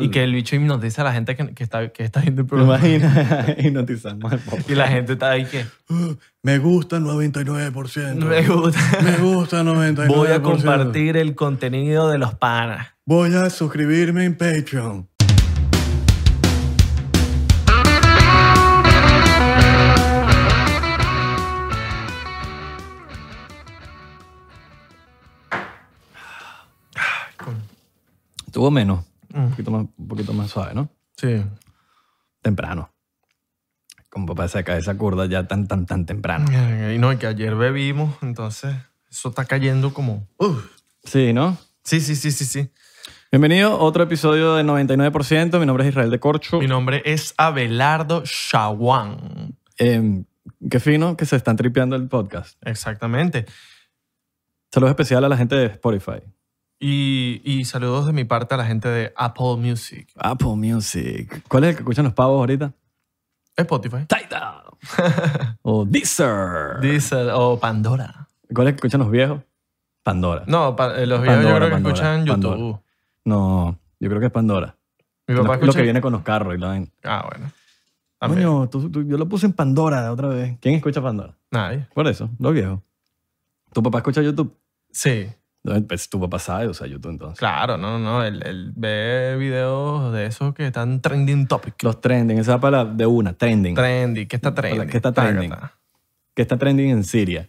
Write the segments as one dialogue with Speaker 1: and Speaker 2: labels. Speaker 1: Y que el bicho hipnotiza a la gente que, que está, que está viendo el
Speaker 2: ¿Te
Speaker 1: programa.
Speaker 2: imaginas? Hipnotizamos al papá.
Speaker 1: Y la gente está ahí que
Speaker 3: Me gusta el 99%.
Speaker 1: me gusta.
Speaker 3: Me gusta el 99%.
Speaker 1: Voy a compartir el contenido de los panas.
Speaker 3: Voy a suscribirme en Patreon.
Speaker 2: Tuvo menos.
Speaker 1: Mm.
Speaker 2: Un poquito, más, un poquito más suave, ¿no?
Speaker 1: Sí.
Speaker 2: Temprano. Con papá se cae esa curda ya tan, tan, tan temprano.
Speaker 1: Y no, y que ayer bebimos, entonces eso está cayendo como... Uf.
Speaker 2: Sí, ¿no?
Speaker 1: Sí, sí, sí, sí, sí.
Speaker 2: Bienvenido a otro episodio del 99%. Mi nombre es Israel de Corcho.
Speaker 1: Mi nombre es Abelardo Shawan.
Speaker 2: Em, qué fino que se están tripeando el podcast.
Speaker 1: Exactamente.
Speaker 2: Saludos especial a la gente de Spotify.
Speaker 1: Y, y saludos de mi parte a la gente de Apple Music.
Speaker 2: Apple Ah, pues, Music. ¿Cuál es el que escuchan los pavos ahorita?
Speaker 1: Spotify.
Speaker 2: Tidal. o Deezer.
Speaker 1: Deezer o Pandora.
Speaker 2: ¿Cuál es el que escuchan los viejos? Pandora.
Speaker 1: No, pa- eh, los videos yo
Speaker 2: Pandora,
Speaker 1: creo que
Speaker 2: Pandora,
Speaker 1: escuchan YouTube.
Speaker 2: Pandora. No, yo creo que es Pandora.
Speaker 1: Mi papá
Speaker 2: Lo-
Speaker 1: escucha...
Speaker 2: Lo que viene con los carros y la vaina.
Speaker 1: Ah, bueno. También.
Speaker 2: Coño, tú- tú- yo lo puse en Pandora otra vez. ¿Quién escucha Pandora?
Speaker 1: Nadie.
Speaker 2: Por eso, los viejos. ¿Tu papá escucha YouTube?
Speaker 1: Sí,
Speaker 2: Pues tu papá sabe usa YouTube entonces.
Speaker 1: claro, no, no, él, él ve videos de esos que están trending topic.
Speaker 2: Los trending, esa palabra de una, trending.
Speaker 1: Trendy, ¿qué está trending?
Speaker 2: ¿Qué está
Speaker 1: Taca,
Speaker 2: trending?
Speaker 1: taca.
Speaker 2: que está trending en Siria.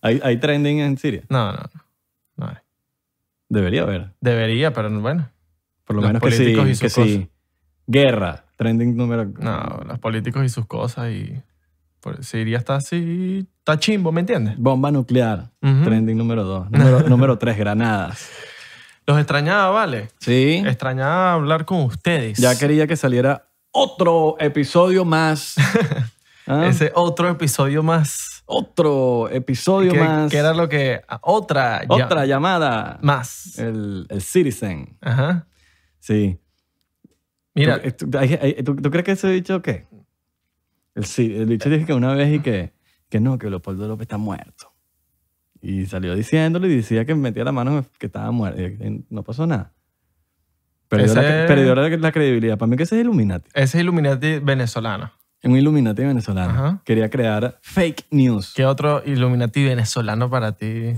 Speaker 2: ¿Hay, hay trending en Siria?
Speaker 1: No, no, no. hay.
Speaker 2: Debería haber.
Speaker 1: Debería, pero bueno.
Speaker 2: Por lo
Speaker 1: Los
Speaker 2: menos que sí.
Speaker 1: políticos y sus
Speaker 2: Que sí. Guerra, trending número.
Speaker 1: No, los políticos y sus cosas y... por- Siria está así... Está chimbo, ¿me entiendes?
Speaker 2: Bomba nuclear,
Speaker 1: Ujú.
Speaker 2: trending número dos. Número, número tres, granadas.
Speaker 1: Los extrañaba, ¿vale?
Speaker 2: Sí.
Speaker 1: Extrañaba hablar con ustedes.
Speaker 2: Ya quería que saliera otro episodio más. Ah,
Speaker 1: Ese otro episodio más.
Speaker 2: Otro episodio
Speaker 1: Que,
Speaker 2: más.
Speaker 1: que era lo que... a- Otra. ya-
Speaker 2: Otra Eh, llamada.
Speaker 1: Más.
Speaker 2: El, el Citizen.
Speaker 1: Ajá.
Speaker 2: Sí.
Speaker 1: Mira,
Speaker 2: ¿Tú, tú- hay- hay- tú- tú crees que ese bicho qué? El, sí- el bicho dijo que una vez y que, que no, que Leopoldo López está muerto. Y salió diciéndolo y decía que metía la mano que estaba muerto. Y- y no pasó nada. Perdió, la,
Speaker 1: Ese-
Speaker 2: perdió la- la credibilidad. Para mí que ese es Illuminati.
Speaker 1: ese Illuminati venezolano.
Speaker 2: Un Illuminati venezolano.
Speaker 1: Ajá.
Speaker 2: Quería crear fake news.
Speaker 1: ¿Qué otro Illuminati venezolano para ti?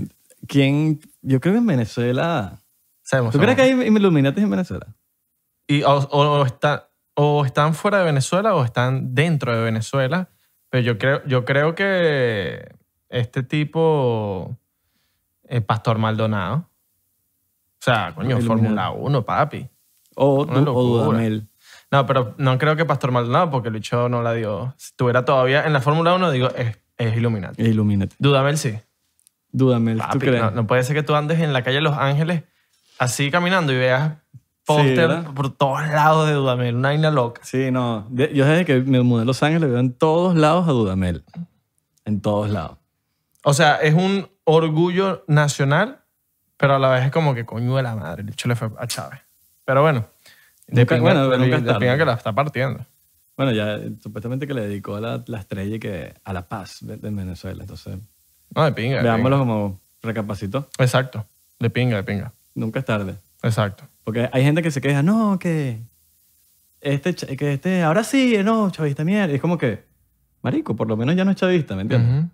Speaker 2: ¿Quién? Yo creo que en Venezuela...
Speaker 1: Sabemos.
Speaker 2: ¿Tú crees que hay Illuminati en Venezuela?
Speaker 1: y o, o- o está- o están fuera de Venezuela o están dentro de Venezuela. Pero yo creo, yo creo que este tipo, eh, Pastor Maldonado, o sea, coño,
Speaker 2: Iluminado.
Speaker 1: Fórmula 1, papi.
Speaker 2: O,
Speaker 1: Una
Speaker 2: du- o
Speaker 1: locura.
Speaker 2: Dudamel.
Speaker 1: No, pero no creo que Pastor Maldonado, porque el hecho no la dio. Si estuviera todavía en la Fórmula 1, digo, es, es Illuminati.
Speaker 2: e Illuminati.
Speaker 1: Dudamel sí.
Speaker 2: Dudamel, ¿tú
Speaker 1: Papi,
Speaker 2: crees?
Speaker 1: no, no puede ser que tú andes en la calle de Los Ángeles así caminando y veas póster
Speaker 2: ¿verdad?
Speaker 1: por todos lados de Dudamel, una vaina loca.
Speaker 2: Sí, no. De- Yo desde que me mudé a Los Ángeles veo en todos lados a Dudamel. En todos lados.
Speaker 1: O sea, es un orgullo nacional, pero a la vez es como que coño de la madre. El hecho le fue a Chávez. Pero bueno, de
Speaker 2: Nunca-
Speaker 1: pinga-
Speaker 2: bueno,
Speaker 1: de
Speaker 2: nunca es
Speaker 1: pinga- de
Speaker 2: tarde.
Speaker 1: pinga que la está partiendo.
Speaker 2: Bueno, ya eh, supuestamente que le dedicó a la, la estrella y que a la paz de, de Venezuela. Entonces,
Speaker 1: No, de pinga. de
Speaker 2: veámoslo como recapacitó.
Speaker 1: pinga. Exacto. De pinga, de pinga.
Speaker 2: Nunca es tarde.
Speaker 1: Exacto.
Speaker 2: Porque hay gente que se queja, no, que este, ch- que este, ahora sí, no, chavista mierda. Y es como que, marico, por lo menos ya no es chavista, ¿me entiendes?
Speaker 1: Ujú.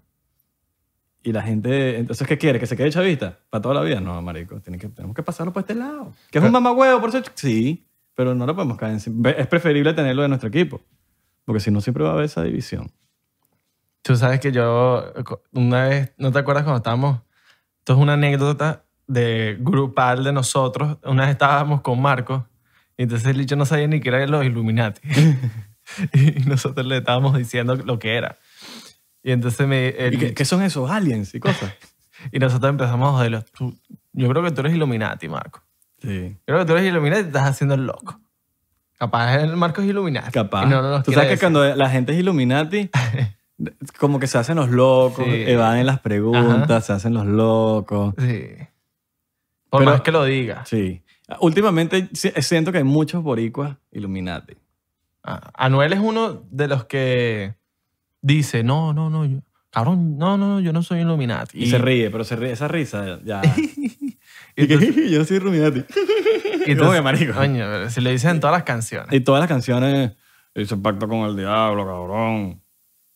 Speaker 2: Y la gente, entonces, ¿qué quiere? ¿Que se quede chavista? ¿Para toda la vida? No, marico, tiene que, tenemos que pasarlo por este lado. ¿Que es un mamagüeo? Por eso, sí, pero no lo podemos caer encima. Ve- Es preferible tenerlo de nuestro equipo, porque si no, siempre va a haber esa división.
Speaker 1: Tú sabes que yo eh, co- una vez, ¿no te acuerdas cuando estábamos? Esto es una anécdota de grupal de nosotros. Una vez estábamos con Marco y entonces el dicho no sabía ni qué eran los Illuminati. y nosotros le estábamos diciendo lo que era. Y entonces me, el-
Speaker 2: ¿Y qué, qué son esos aliens y cosas?
Speaker 1: y nosotros empezamos a joderlo. Tú- yo creo que tú eres Illuminati, Marco.
Speaker 2: Sí.
Speaker 1: Yo creo que tú eres Illuminati y te estás haciendo el loco. Capaz el Marco es Illuminati.
Speaker 2: Capaz.
Speaker 1: Y No, no nos
Speaker 2: Tú
Speaker 1: quiere
Speaker 2: sabes que
Speaker 1: decir.
Speaker 2: cuando la gente es Illuminati, como que se hacen los locos,
Speaker 1: Sí.
Speaker 2: evaden las preguntas, se hacen los locos.
Speaker 1: Sí. Por
Speaker 2: Pero-
Speaker 1: más que lo diga.
Speaker 2: Sí. Últimamente si- siento que hay muchos boricuas Illuminati.
Speaker 1: Ah, Anuel es uno de los que dice, no, no, no, yo- cabrón, no, no, yo no soy Illuminati.
Speaker 2: Y, se ríe, pero se ríe, esa risa ya... Y que, yo soy Ruminati.
Speaker 1: Y entonces-
Speaker 2: Oye, marico.
Speaker 1: Coño, pero si lo dicen en todas las canciones.
Speaker 2: Y todas las canciones dice pacto con el diablo, cabrón.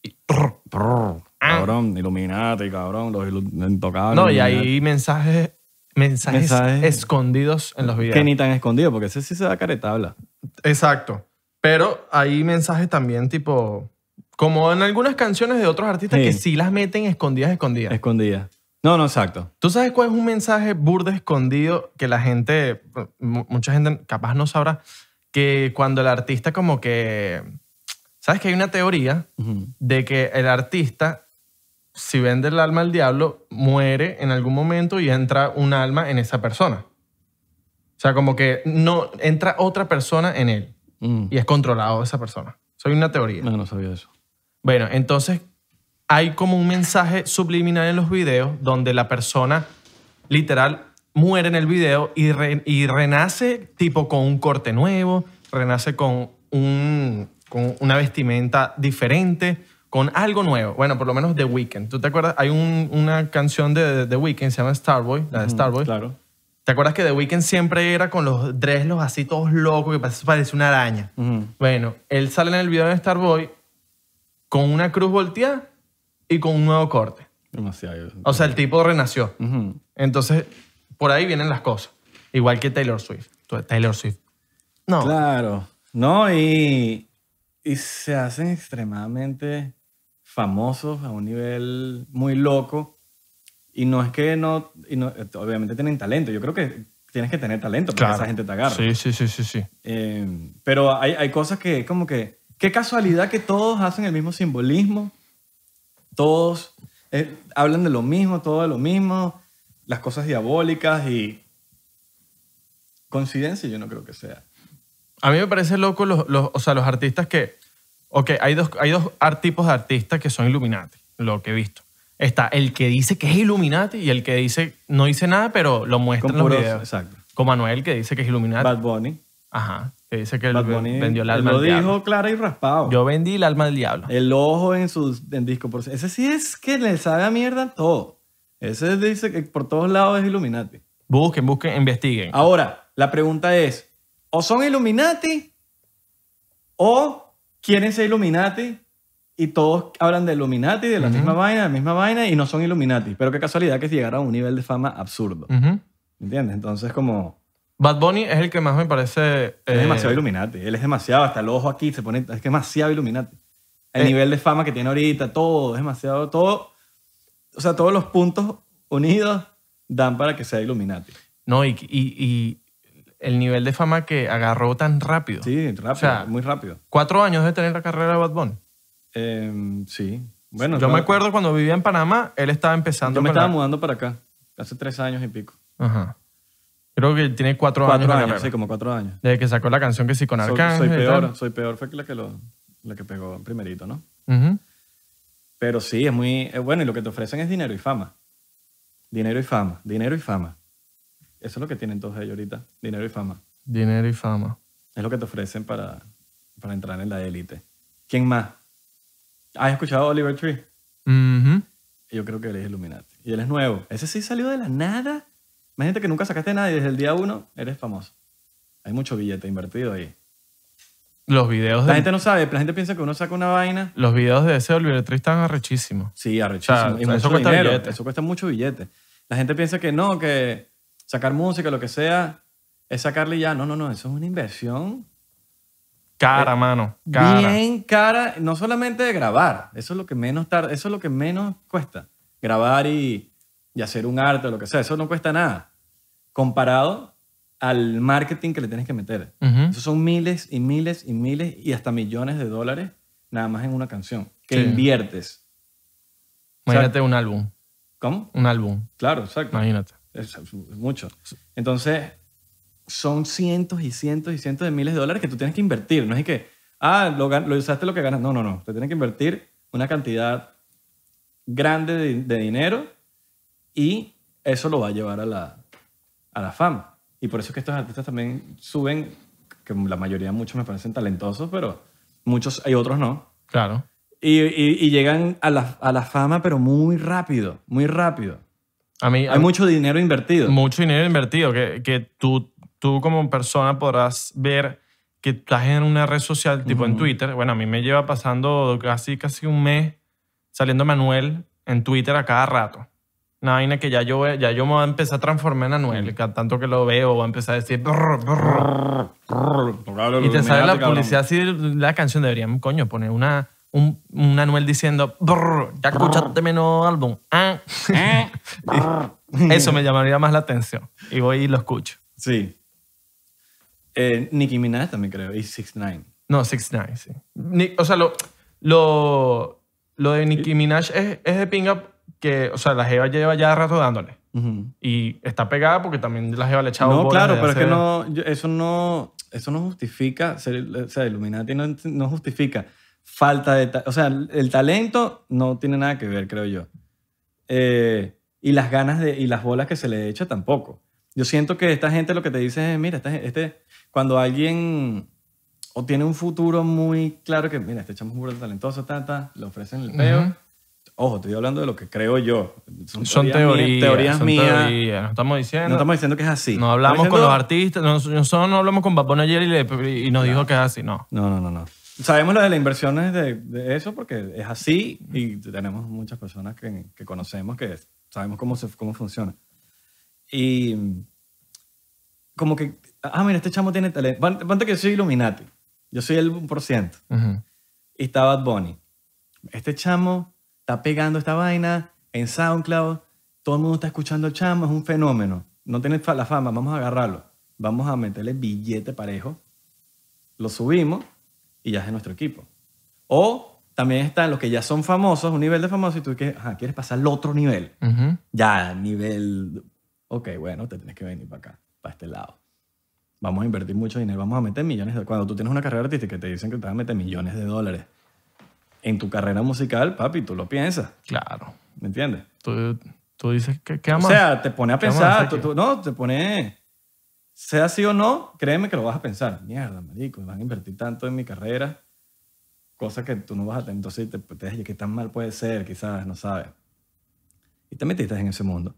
Speaker 2: Y prr, prr, cabrón, Illuminati, cabrón, los ilu- intocables.
Speaker 1: Ah. no, y
Speaker 2: Illuminati.
Speaker 1: hay mensajes, mensajes
Speaker 2: Mensajes.
Speaker 1: escondidos en los videos.
Speaker 2: Que ni tan escondido, porque ese sí se da caretabla.
Speaker 1: Exacto. Pero hay mensajes también tipo... Como en algunas canciones de otros artistas
Speaker 2: Sí.
Speaker 1: que sí las meten escondidas, escondidas.
Speaker 2: Escondida. No, no, exacto.
Speaker 1: ¿Tú sabes cuál es un mensaje burda escondido que la gente, mu- mucha gente capaz no sabrá, que cuando el artista como que... ¿Sabes que hay una teoría
Speaker 2: Ujú.
Speaker 1: de que el artista, si vende el alma al diablo, muere en algún momento y entra un alma en esa persona? O sea, como que no entra otra persona en él
Speaker 2: Mm.
Speaker 1: y es controlado esa persona. Soy una teoría.
Speaker 2: No, no sabía eso.
Speaker 1: Bueno, entonces hay como un mensaje subliminal en los videos donde la persona literal muere en el video y, re- y renace tipo con un corte nuevo, renace con, un, con una vestimenta diferente, con algo nuevo. Bueno, por lo menos The Weeknd. ¿Tú te acuerdas? Hay un- una canción de de The Weeknd, se llama Starboy, la de Starboy.
Speaker 2: Claro.
Speaker 1: ¿Te acuerdas que The Weeknd siempre era con los dreslos así todos locos que parece- parece una araña?
Speaker 2: Ujú.
Speaker 1: Bueno, él sale en el video de Starboy con una cruz volteada y con un nuevo corte.
Speaker 2: Demasiado.
Speaker 1: O sea, el tipo renació.
Speaker 2: Ujú.
Speaker 1: Entonces, por ahí vienen las cosas. Igual que Taylor Swift. Tú- Taylor Swift. No.
Speaker 2: Claro. No, y, y se hacen extremadamente famosos a un nivel muy loco. Y no es que no, y no- eh, obviamente tienen talento. Yo creo que tienes que tener talento para que esa gente te agarre.
Speaker 1: Sí, sí, sí, sí, sí.
Speaker 2: Eh, pero hay, hay cosas que es como que, qué casualidad que todos hacen el mismo simbolismo, todos eh, hablan de lo mismo, todo de lo mismo, las cosas diabólicas y coincidencia yo no creo que sea.
Speaker 1: A mí me parece loco los, los- o sea, los artistas que... Ok, hay dos, hay dos ar- tipos de artistas que son Illuminati, lo que he visto. Está el que dice que es Illuminati y el que dice, no dice nada, pero lo muestra en los
Speaker 2: puros-
Speaker 1: videos.
Speaker 2: exacto.
Speaker 1: Como Manuel, que dice que es Illuminati.
Speaker 2: Bad Bunny.
Speaker 1: Ajá, que dice que él
Speaker 2: Bad Bunny
Speaker 1: vendió el
Speaker 2: él
Speaker 1: alma
Speaker 2: lo
Speaker 1: al
Speaker 2: dijo Eh.
Speaker 1: diablo.
Speaker 2: claro y raspado.
Speaker 1: Yo vendí el alma al diablo.
Speaker 2: El ojo en sus en disco por ese sí es que le sabe a mierda todo. Ese dice que por todos lados es Illuminati.
Speaker 1: Busquen, busquen, investiguen.
Speaker 2: Ah. Ahora, la pregunta es, ¿o son Illuminati o quieren ser Illuminati y todos hablan de Illuminati, de la misma vaina, de la misma vaina y no son Illuminati? Pero qué casualidad que llegara a un nivel de fama absurdo.
Speaker 1: Ujú.
Speaker 2: ¿Entiendes? Entonces como...
Speaker 1: Bad Bunny es el que más me parece...
Speaker 2: Es
Speaker 1: eh,
Speaker 2: demasiado Illuminati. Él es demasiado, hasta el ojo aquí se pone... Es que es demasiado Illuminati. El
Speaker 1: Eh.
Speaker 2: nivel de fama que tiene ahorita, todo, es demasiado, todo... O sea, todos los puntos unidos dan para que sea Illuminati.
Speaker 1: No, y, y- y el nivel de fama que agarró tan rápido.
Speaker 2: Sí, rápido,
Speaker 1: sea,
Speaker 2: muy rápido.
Speaker 1: Cuatro años de tener la carrera de Bad Bunny.
Speaker 2: Eh, sí. Bueno,
Speaker 1: Yo
Speaker 2: claro.
Speaker 1: me acuerdo cuando vivía en Panamá, él estaba empezando
Speaker 2: Yo me
Speaker 1: con la-
Speaker 2: estaba mudando para acá hace tres años y pico.
Speaker 1: Ajá. Creo que tiene cuatro,
Speaker 2: Cuatro
Speaker 1: años, de
Speaker 2: años,
Speaker 1: carrera.
Speaker 2: sí, como cuatro años.
Speaker 1: Desde que sacó la canción que sí con
Speaker 2: Soy,
Speaker 1: Arcángel
Speaker 2: soy
Speaker 1: y tal.
Speaker 2: peor, soy peor fue que la que, lo, la que pegó primerito, ¿no?
Speaker 1: Ujú.
Speaker 2: Pero sí, es muy eh, bueno y lo que te ofrecen es dinero y fama. Dinero y fama, dinero y fama. Eso es lo que tienen todos ellos ahorita, dinero y fama.
Speaker 1: Dinero y fama.
Speaker 2: Es lo que te ofrecen para, para entrar en la élite. ¿Quién más? ¿Has escuchado a Oliver Tree?
Speaker 1: Ujú.
Speaker 2: Yo creo que él es Illuminati. Y él es nuevo. Ese sí salió de la nada. Imagínate que nunca sacaste nada y desde el día uno eres famoso. Hay mucho billete invertido ahí.
Speaker 1: Los videos
Speaker 2: La
Speaker 1: de,
Speaker 2: gente no sabe, pero la gente piensa que uno saca una vaina.
Speaker 1: los videos de ese Oliver Tree están arrechísimos.
Speaker 2: Sí, arrechísimo.
Speaker 1: O sea,
Speaker 2: Y
Speaker 1: eso
Speaker 2: mucho
Speaker 1: cuesta
Speaker 2: dinero.
Speaker 1: billete.
Speaker 2: Eso cuesta mucho billete. La gente piensa que no, que sacar música, lo que sea, es sacarle y ya. No, no, no. Eso es una inversión
Speaker 1: Cara, mano. Cara.
Speaker 2: Eh, bien cara. No solamente de grabar. Eso es lo que menos tarda, eso es lo que menos cuesta. Grabar y, y hacer un arte o lo que sea. Eso no cuesta nada. Comparado al marketing que le tienes que meter.
Speaker 1: Ujú.
Speaker 2: Esos son miles y miles y miles y hasta millones de dólares nada más en una canción que
Speaker 1: Sí.
Speaker 2: inviertes.
Speaker 1: Imagínate un álbum.
Speaker 2: ¿Cómo?
Speaker 1: Un álbum.
Speaker 2: Claro, exacto.
Speaker 1: Imagínate.
Speaker 2: Es, es mucho. Entonces, son cientos y cientos y cientos de miles de dólares que tú tienes que invertir. No es que, ah, lo, gan- lo usaste lo que ganas. No, no, no. Te tienes que invertir una cantidad grande de, de dinero y eso lo va a llevar a la, a la fama. Y por eso es que estos artistas también suben, que la mayoría, muchos me parecen talentosos, pero muchos y otros no.
Speaker 1: Claro.
Speaker 2: Y, y- y llegan a la, a la fama, pero muy rápido, muy rápido.
Speaker 1: A mí, a
Speaker 2: Hay
Speaker 1: mí-
Speaker 2: mucho dinero invertido.
Speaker 1: mucho dinero invertido, que, que tú, tú como persona podrás ver que estás en una red social, tipo en
Speaker 2: Ujú.
Speaker 1: Twitter. Bueno, a mí me lleva pasando casi, casi un mes saliendo Manuel en Twitter a cada rato. Una vaina que ya yo, ya yo me voy a empezar a transformar en Anuel, que tanto que lo veo, voy a empezar a decir... brr, brr. Y te sale la publicidad así, la canción deberían, coño, poner una, un, un Anuel diciendo, "Brr, ya escuchaste mi nuevo álbum. ah". Eso me llamaría más la atención. Y voy y lo escucho.
Speaker 2: Sí. Eh, Nicki Minaj también creo. Y 6ix9ine.
Speaker 1: No, 6ix9ine, sí. Ni- o sea, lo, lo, lo de Nicki Minaj es, es de pinga que, o sea, la Jeva lleva ya rato dándole.
Speaker 2: Ujú.
Speaker 1: Y está pegada porque también la Jeva le echaba
Speaker 2: No,
Speaker 1: bolas
Speaker 2: claro,
Speaker 1: desde
Speaker 2: pero es que
Speaker 1: hace-
Speaker 2: no, yo- eso no, eso no justifica, ser- o sea, Illuminati no, no justifica falta de, ta- o sea, el talento no tiene nada que ver, creo yo. Eh, y las ganas de, y las bolas que se le echa tampoco. Yo siento que esta gente lo que te dice es, mira, esta gen- este, cuando alguien o tiene un futuro muy claro que, mira, este chamo es muy talentoso, ta, ta, le ofrecen el peo.
Speaker 1: Ujú.
Speaker 2: Ojo, estoy hablando de lo que creo yo.
Speaker 1: Son
Speaker 2: mías-
Speaker 1: teorías.
Speaker 2: teorías
Speaker 1: son
Speaker 2: mías.
Speaker 1: teorías. No estamos diciendo.
Speaker 2: No estamos diciendo que es así.
Speaker 1: No
Speaker 2: Estamos
Speaker 1: hablamos con
Speaker 2: diciendo-
Speaker 1: los artistas, no, nosotros no hablamos con Papón ayer y, le- y nos dijo que es así, no.
Speaker 2: No, no, no, no. Sabemos lo de las inversiones de, de eso porque es así y tenemos muchas personas que, que conocemos que sabemos cómo, se, cómo funciona. Y mm, como que, ah, mira, este chamo tiene talento. Pon- Ponte que yo soy Illuminati. Yo soy el 1%.
Speaker 1: Ujú.
Speaker 2: Y está Bad Bunny. Este chamo está pegando esta vaina en SoundCloud. Todo el mundo está escuchando el chamo. Es un fenómeno. No tiene fa- la fama. Vamos a agarrarlo. Vamos a meterle billete parejo. Lo subimos y ya es de nuestro equipo. O también están los que ya son famosos, un nivel de famoso y tú que, ajá, quieres pasar al otro nivel.
Speaker 1: Ujú.
Speaker 2: Ya, nivel... Ok, bueno, te tienes que venir para acá, para este lado. Vamos a invertir mucho dinero, vamos a meter millones de... Cuando tú tienes una carrera artística y te dicen que te vas a meter millones de dólares en tu carrera musical, papi, tú lo piensas,
Speaker 1: Claro.
Speaker 2: ¿me entiendes?
Speaker 1: Tú, tú dices que qué
Speaker 2: O
Speaker 1: amas.
Speaker 2: sea, te pone a
Speaker 1: ¿Qué vamos a
Speaker 2: pensar,
Speaker 1: hacer
Speaker 2: tú-
Speaker 1: aquí?
Speaker 2: tú- no, te pone... Sea sí o no, créeme que lo vas a pensar. Mierda, marico, van a invertir tanto en mi carrera, cosas que tú no vas a tener. Entonces, te, te dices, ¿qué tan mal puede ser? Quizás, no sabes. Y te metiste en ese mundo.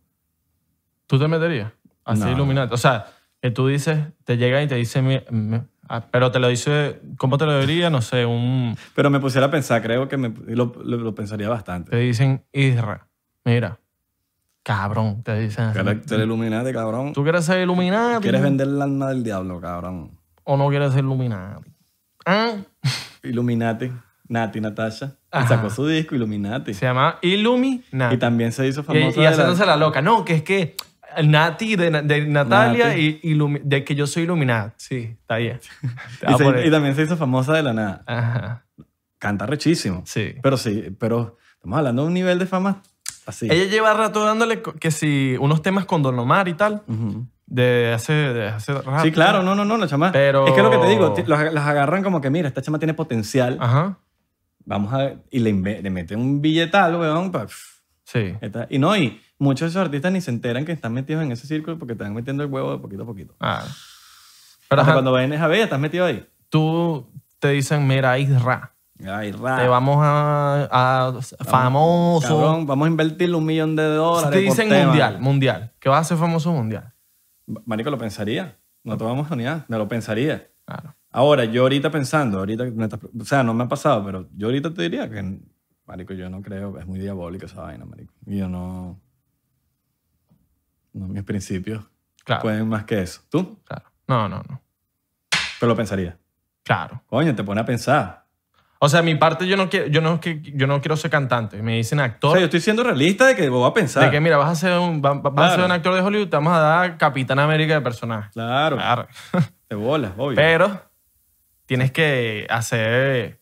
Speaker 1: ¿Tú te meterías? Así
Speaker 2: No.
Speaker 1: iluminado. O sea, que tú dices, te llega y te dice, "Mi- me- ah, pero te lo dice, ¿cómo te lo diría? No sé, un,
Speaker 2: Pero me pusiera a pensar, creo que me, lo, lo- lo pensaría bastante.
Speaker 1: te dicen Isra. Mira, cabrón, te dicen así.
Speaker 2: Carácter Illuminati, cabrón.
Speaker 1: ¿Tú quieres ser iluminado
Speaker 2: ¿Quieres vender el alma del diablo, cabrón?
Speaker 1: o no quieres ser iluminado? ¿Ah?
Speaker 2: Illuminati, Nati, Natasha. Y
Speaker 1: Ajá.
Speaker 2: sacó su disco Illuminati.
Speaker 1: Se llama Illuminati.
Speaker 2: Y también se hizo
Speaker 1: Y,
Speaker 2: famosa.
Speaker 1: y
Speaker 2: de
Speaker 1: haciéndose
Speaker 2: la-
Speaker 1: la loca. No, que es que Nati de, Na- de Natalia
Speaker 2: Nati.
Speaker 1: y ilumi- de que yo soy iluminada. Sí, está bien. Te
Speaker 2: y
Speaker 1: voy a
Speaker 2: se-
Speaker 1: poner-
Speaker 2: Ah, pues, y también se hizo famosa de la nada.
Speaker 1: Ajá,
Speaker 2: Canta rechísimo.
Speaker 1: sí.
Speaker 2: Pero sí, pero estamos hablando de un nivel de fama así.
Speaker 1: Ella lleva rato dándole co- que si unos temas con Don Omar y tal,
Speaker 2: Ujú.
Speaker 1: de hace, de hace rato.
Speaker 2: Sí, claro, no, no, no, la chama.
Speaker 1: Ah, Pero-
Speaker 2: Es que lo que te digo, ti- los- las agarran como que, mira, esta chama tiene potencial.
Speaker 1: Ajá,
Speaker 2: Vamos a. Y le, inve- le meten un billetal, weón, pues, pa-
Speaker 1: sí.
Speaker 2: Está- y no, y muchos de esos artistas ni se enteran que están metidos en ese círculo porque te van metiendo el huevo de poquito a poquito.
Speaker 1: Ah. Pero
Speaker 2: Hasta
Speaker 1: ajá,
Speaker 2: cuando vienes a ver, ya estás metido ahí.
Speaker 1: tú te dicen, mira, Isra,
Speaker 2: Ay,
Speaker 1: te
Speaker 2: raro.
Speaker 1: vamos a, a- famoso.
Speaker 2: Ah. Cabrón, vamos a invertirle un millón de dólares.
Speaker 1: te
Speaker 2: por
Speaker 1: dicen
Speaker 2: tema.
Speaker 1: mundial, mundial. Que vas a ser famoso mundial.
Speaker 2: Marico, lo pensaría. No te vamos a unidad, me lo pensaría.
Speaker 1: Claro.
Speaker 2: Ahora, yo ahorita pensando, ahorita, me estás pre- o sea, no me ha pasado, pero yo ahorita te diría que, marico, yo no creo, es muy diabólica esa vaina, marico. Y yo no, no, mis principios
Speaker 1: Claro.
Speaker 2: pueden más que eso. ¿Tú?
Speaker 1: claro. No, no, no.
Speaker 2: Pero lo pensaría.
Speaker 1: Claro.
Speaker 2: Coño, te pone a pensar.
Speaker 1: O sea, mi parte yo no quiero, yo no, que- yo no quiero ser cantante. Me dicen
Speaker 2: O
Speaker 1: actor.
Speaker 2: sea, yo estoy siendo realista de que voy a pensar.
Speaker 1: de que mira, vas a ser un, va- va- vas a ser
Speaker 2: Claro.
Speaker 1: un actor de Hollywood, te vamos a dar Capitán América de personaje.
Speaker 2: Claro,
Speaker 1: Claro.
Speaker 2: te bolas, obvio.
Speaker 1: Ah. Pero tienes que hacer.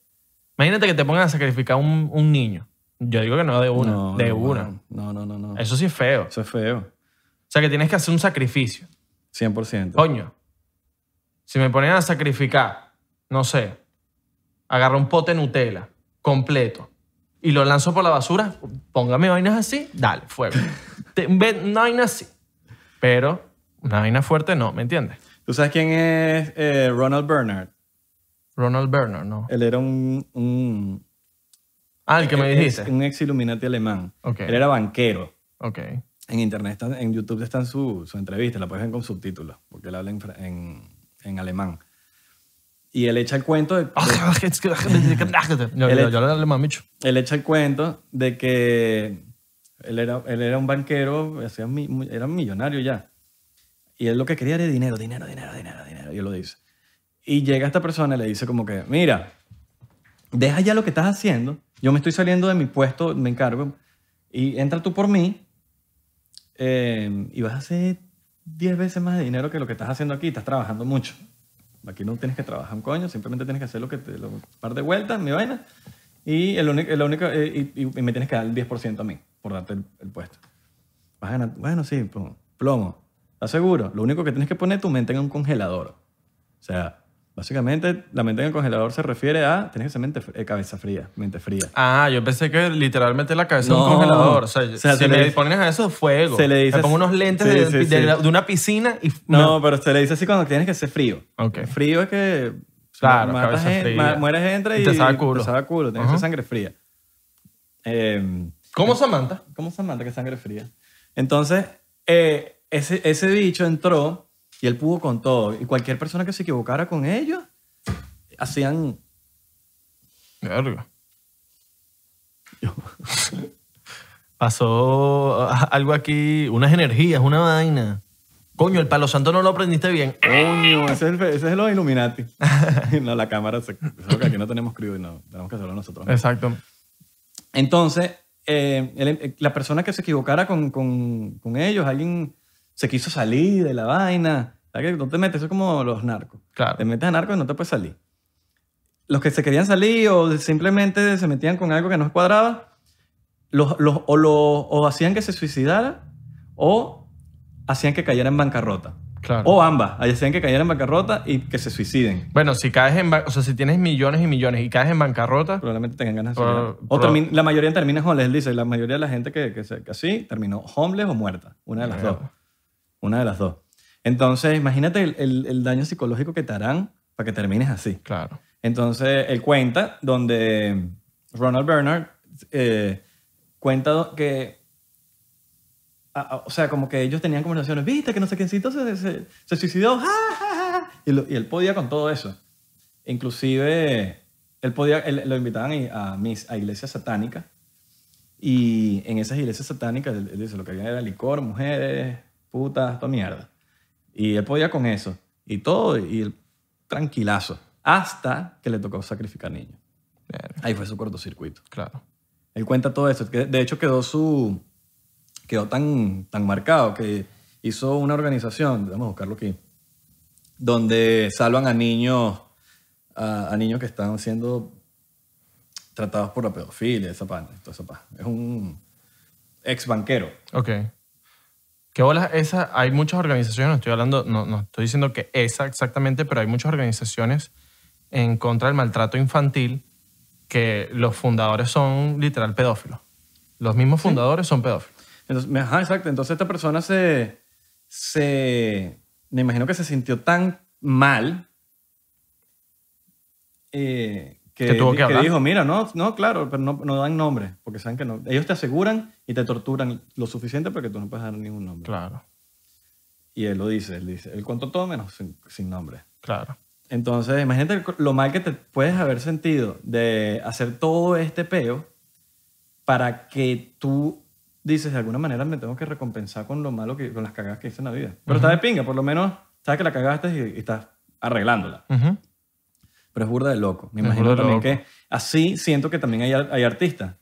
Speaker 1: Imagínate que te pongan a sacrificar un, un niño. Yo digo que no de una,
Speaker 2: No,
Speaker 1: de
Speaker 2: no,
Speaker 1: una.
Speaker 2: No, no, no, no. Eso,
Speaker 1: Eso sí es feo. O
Speaker 2: es feo.
Speaker 1: sea que tienes que hacer un sacrificio.
Speaker 2: 100%.
Speaker 1: Coño, si me ponen a sacrificar, no sé, agarro un pote Nutella completo y lo lanzo por la basura, póngame vainas así, dale, fuego. Te- ve- una vaina así. Pero una vaina fuerte no, ¿me entiendes?
Speaker 2: ¿Tú sabes quién es eh, Ronald Bernard?
Speaker 1: Ronald Bernard, no.
Speaker 2: Él era un... un
Speaker 1: Ah, el que me
Speaker 2: ex-
Speaker 1: dijiste.
Speaker 2: Un ex Illuminati alemán.
Speaker 1: Ok.
Speaker 2: Él era banquero.
Speaker 1: Ok.
Speaker 2: En internet, están, en YouTube están su, su entrevista, la puedes ver con subtítulos, porque él habla en, fra- en, en alemán. Y él echa el cuento de, de-
Speaker 1: Yo, yo, yo le hablé mamicho.
Speaker 2: él echa el cuento de que él era, él era un banquero, hacía mi- mu- era un millonario ya. Y él lo que quería era dinero, dinero, dinero, dinero, dinero. Y él lo dice. Y llega esta persona y le dice como que, mira, deja ya lo que estás haciendo. Yo me estoy saliendo de mi puesto, me encargo. Y entra tú por mí eh, y vas a hacer 10 veces más de dinero que lo que estás haciendo aquí. Estás trabajando mucho. Aquí no tienes que trabajar un coño, simplemente tienes que hacer lo que te, lo, un par de vueltas, mi vaina. Y, el único, el único, eh, y, y- y me tienes que dar el 10% a mí por darte el, el puesto. Vas a ganar- bueno, sí, pl- plomo. ¿Estás seguro? Lo único que tienes que poner es tu mente en un congelador. O sea, básicamente la mente en el congelador se refiere a tienes que ser mente, fr- eh, cabeza fría, mente fría.
Speaker 1: Ah, yo pensé que literalmente la cabeza en un
Speaker 2: No.
Speaker 1: congelador. O sea,
Speaker 2: O sea,
Speaker 1: si
Speaker 2: se le
Speaker 1: me
Speaker 2: dice-
Speaker 1: pones a eso, fuego.
Speaker 2: se le dice-
Speaker 1: Me pongo unos lentes
Speaker 2: Sí,
Speaker 1: de,
Speaker 2: sí,
Speaker 1: de
Speaker 2: sí.
Speaker 1: la- de una piscina y...
Speaker 2: No, pero se le dice así cuando tienes que ser frío.
Speaker 1: Ok.
Speaker 2: Frío es que
Speaker 1: Claro,
Speaker 2: matas
Speaker 1: cabeza
Speaker 2: gente,
Speaker 1: fría.
Speaker 2: ma- mueres gente
Speaker 1: Y
Speaker 2: y
Speaker 1: te sabe culo.
Speaker 2: Te sabe culo, tienes que
Speaker 1: Ajá.
Speaker 2: ser sangre fría. Eh,
Speaker 1: ¿Cómo Samantha?
Speaker 2: ¿Cómo se manda que sangre fría? Entonces, eh, ese, ese bicho entró y él pudo con todo. Y cualquier persona que se equivocara con ellos, hacían...
Speaker 1: Verga. Pasó ah, algo aquí, unas energías, una vaina. Coño, el palo santo no lo aprendiste bien.
Speaker 2: Coño, ese es, el, ese es los Illuminati. no, la cámara se... Creo que aquí no tenemos crew, no, tenemos que hacerlo nosotros.
Speaker 1: Exacto.
Speaker 2: Entonces, eh, él- eh, la persona que se equivocara con, con- con ellos, alguien se quiso salir de la vaina. ¿Sabes que No te metes, eso es como los narcos.
Speaker 1: Claro.
Speaker 2: Te metes a narcos y no te puedes salir. Los que se querían salir o simplemente se metían con algo que no cuadraba, los, los- o, lo- o hacían que se suicidara o hacían que cayera en bancarrota.
Speaker 1: Claro.
Speaker 2: O ambas, hacían que cayera en bancarrota y que se suiciden.
Speaker 1: Bueno, si caes en... ba- O sea, si tienes millones y millones y caes en bancarrota...
Speaker 2: Probablemente tengan ganas de
Speaker 1: Proba-
Speaker 2: suicidar. O
Speaker 1: proba-
Speaker 2: termin- la mayoría termina homeless, él dice. La mayoría de la gente que, que, se- que así terminó homeless o muerta. Una de las
Speaker 1: Mierda.
Speaker 2: dos. Una de las dos. Entonces, imagínate el, el- el daño psicológico que te harán para que termines así.
Speaker 1: Claro.
Speaker 2: Entonces, él cuenta donde Ronald Bernard eh, cuenta do- que, a- a- o sea, como que ellos tenían conversaciones, viste, que no sé quiéncito se, se, se suicidó, ja, ja, ja". Y, lo- y él podía con todo eso. Inclusive, él podía, él- lo invitaban y- a, mis, a iglesias satánicas y en esas iglesias satánicas, él, él dice, lo que había era licor, mujeres, putas, toda mierda. Y él podía con eso. Y todo, y él tranquilazo. Hasta que le tocó sacrificar niños.
Speaker 1: Verga,
Speaker 2: Ahí fue su cortocircuito.
Speaker 1: Claro.
Speaker 2: Él cuenta todo eso. que De hecho, quedó su... Quedó tan, tan marcado que hizo una organización, vamos a buscarlo aquí, donde salvan a niños, a, a niños que están siendo tratados por la pedofilia, esa parte. toda esa parte. Es un ex banquero.
Speaker 1: Ok. ¿Qué bolas? Esa, hay muchas organizaciones, no estoy hablando, no, no estoy diciendo que esa exactamente, pero hay muchas organizaciones en contra del maltrato infantil que los fundadores son literal pedófilos. Los mismos fundadores son pedófilos.
Speaker 2: Entonces, me- ajá, exacto. Entonces esta persona se, se, me imagino que se sintió tan mal eh, que,
Speaker 1: Que tuvo que hablar.
Speaker 2: dijo, mira, no, no, claro, pero no, no dan nombre, porque saben que no. Ellos te aseguran y te torturan lo suficiente para que tú no puedas dar ningún nombre.
Speaker 1: Claro,
Speaker 2: Y él lo dice, él dice, él contó todo menos sin, sin nombre.
Speaker 1: claro.
Speaker 2: Entonces, imagínate el co- lo mal que te puedes haber sentido de hacer todo este peo para que tú dices, de alguna manera me tengo que recompensar con lo malo que, con las cagadas que hice en la vida. Pero está de pinga, por lo menos sabes que la cagaste y, y estás arreglándola.
Speaker 1: Ujú.
Speaker 2: Pero es burda de loco. Me
Speaker 1: Es
Speaker 2: imagino
Speaker 1: burda de
Speaker 2: también
Speaker 1: loco.
Speaker 2: que así siento que también hay, ar- hay artistas.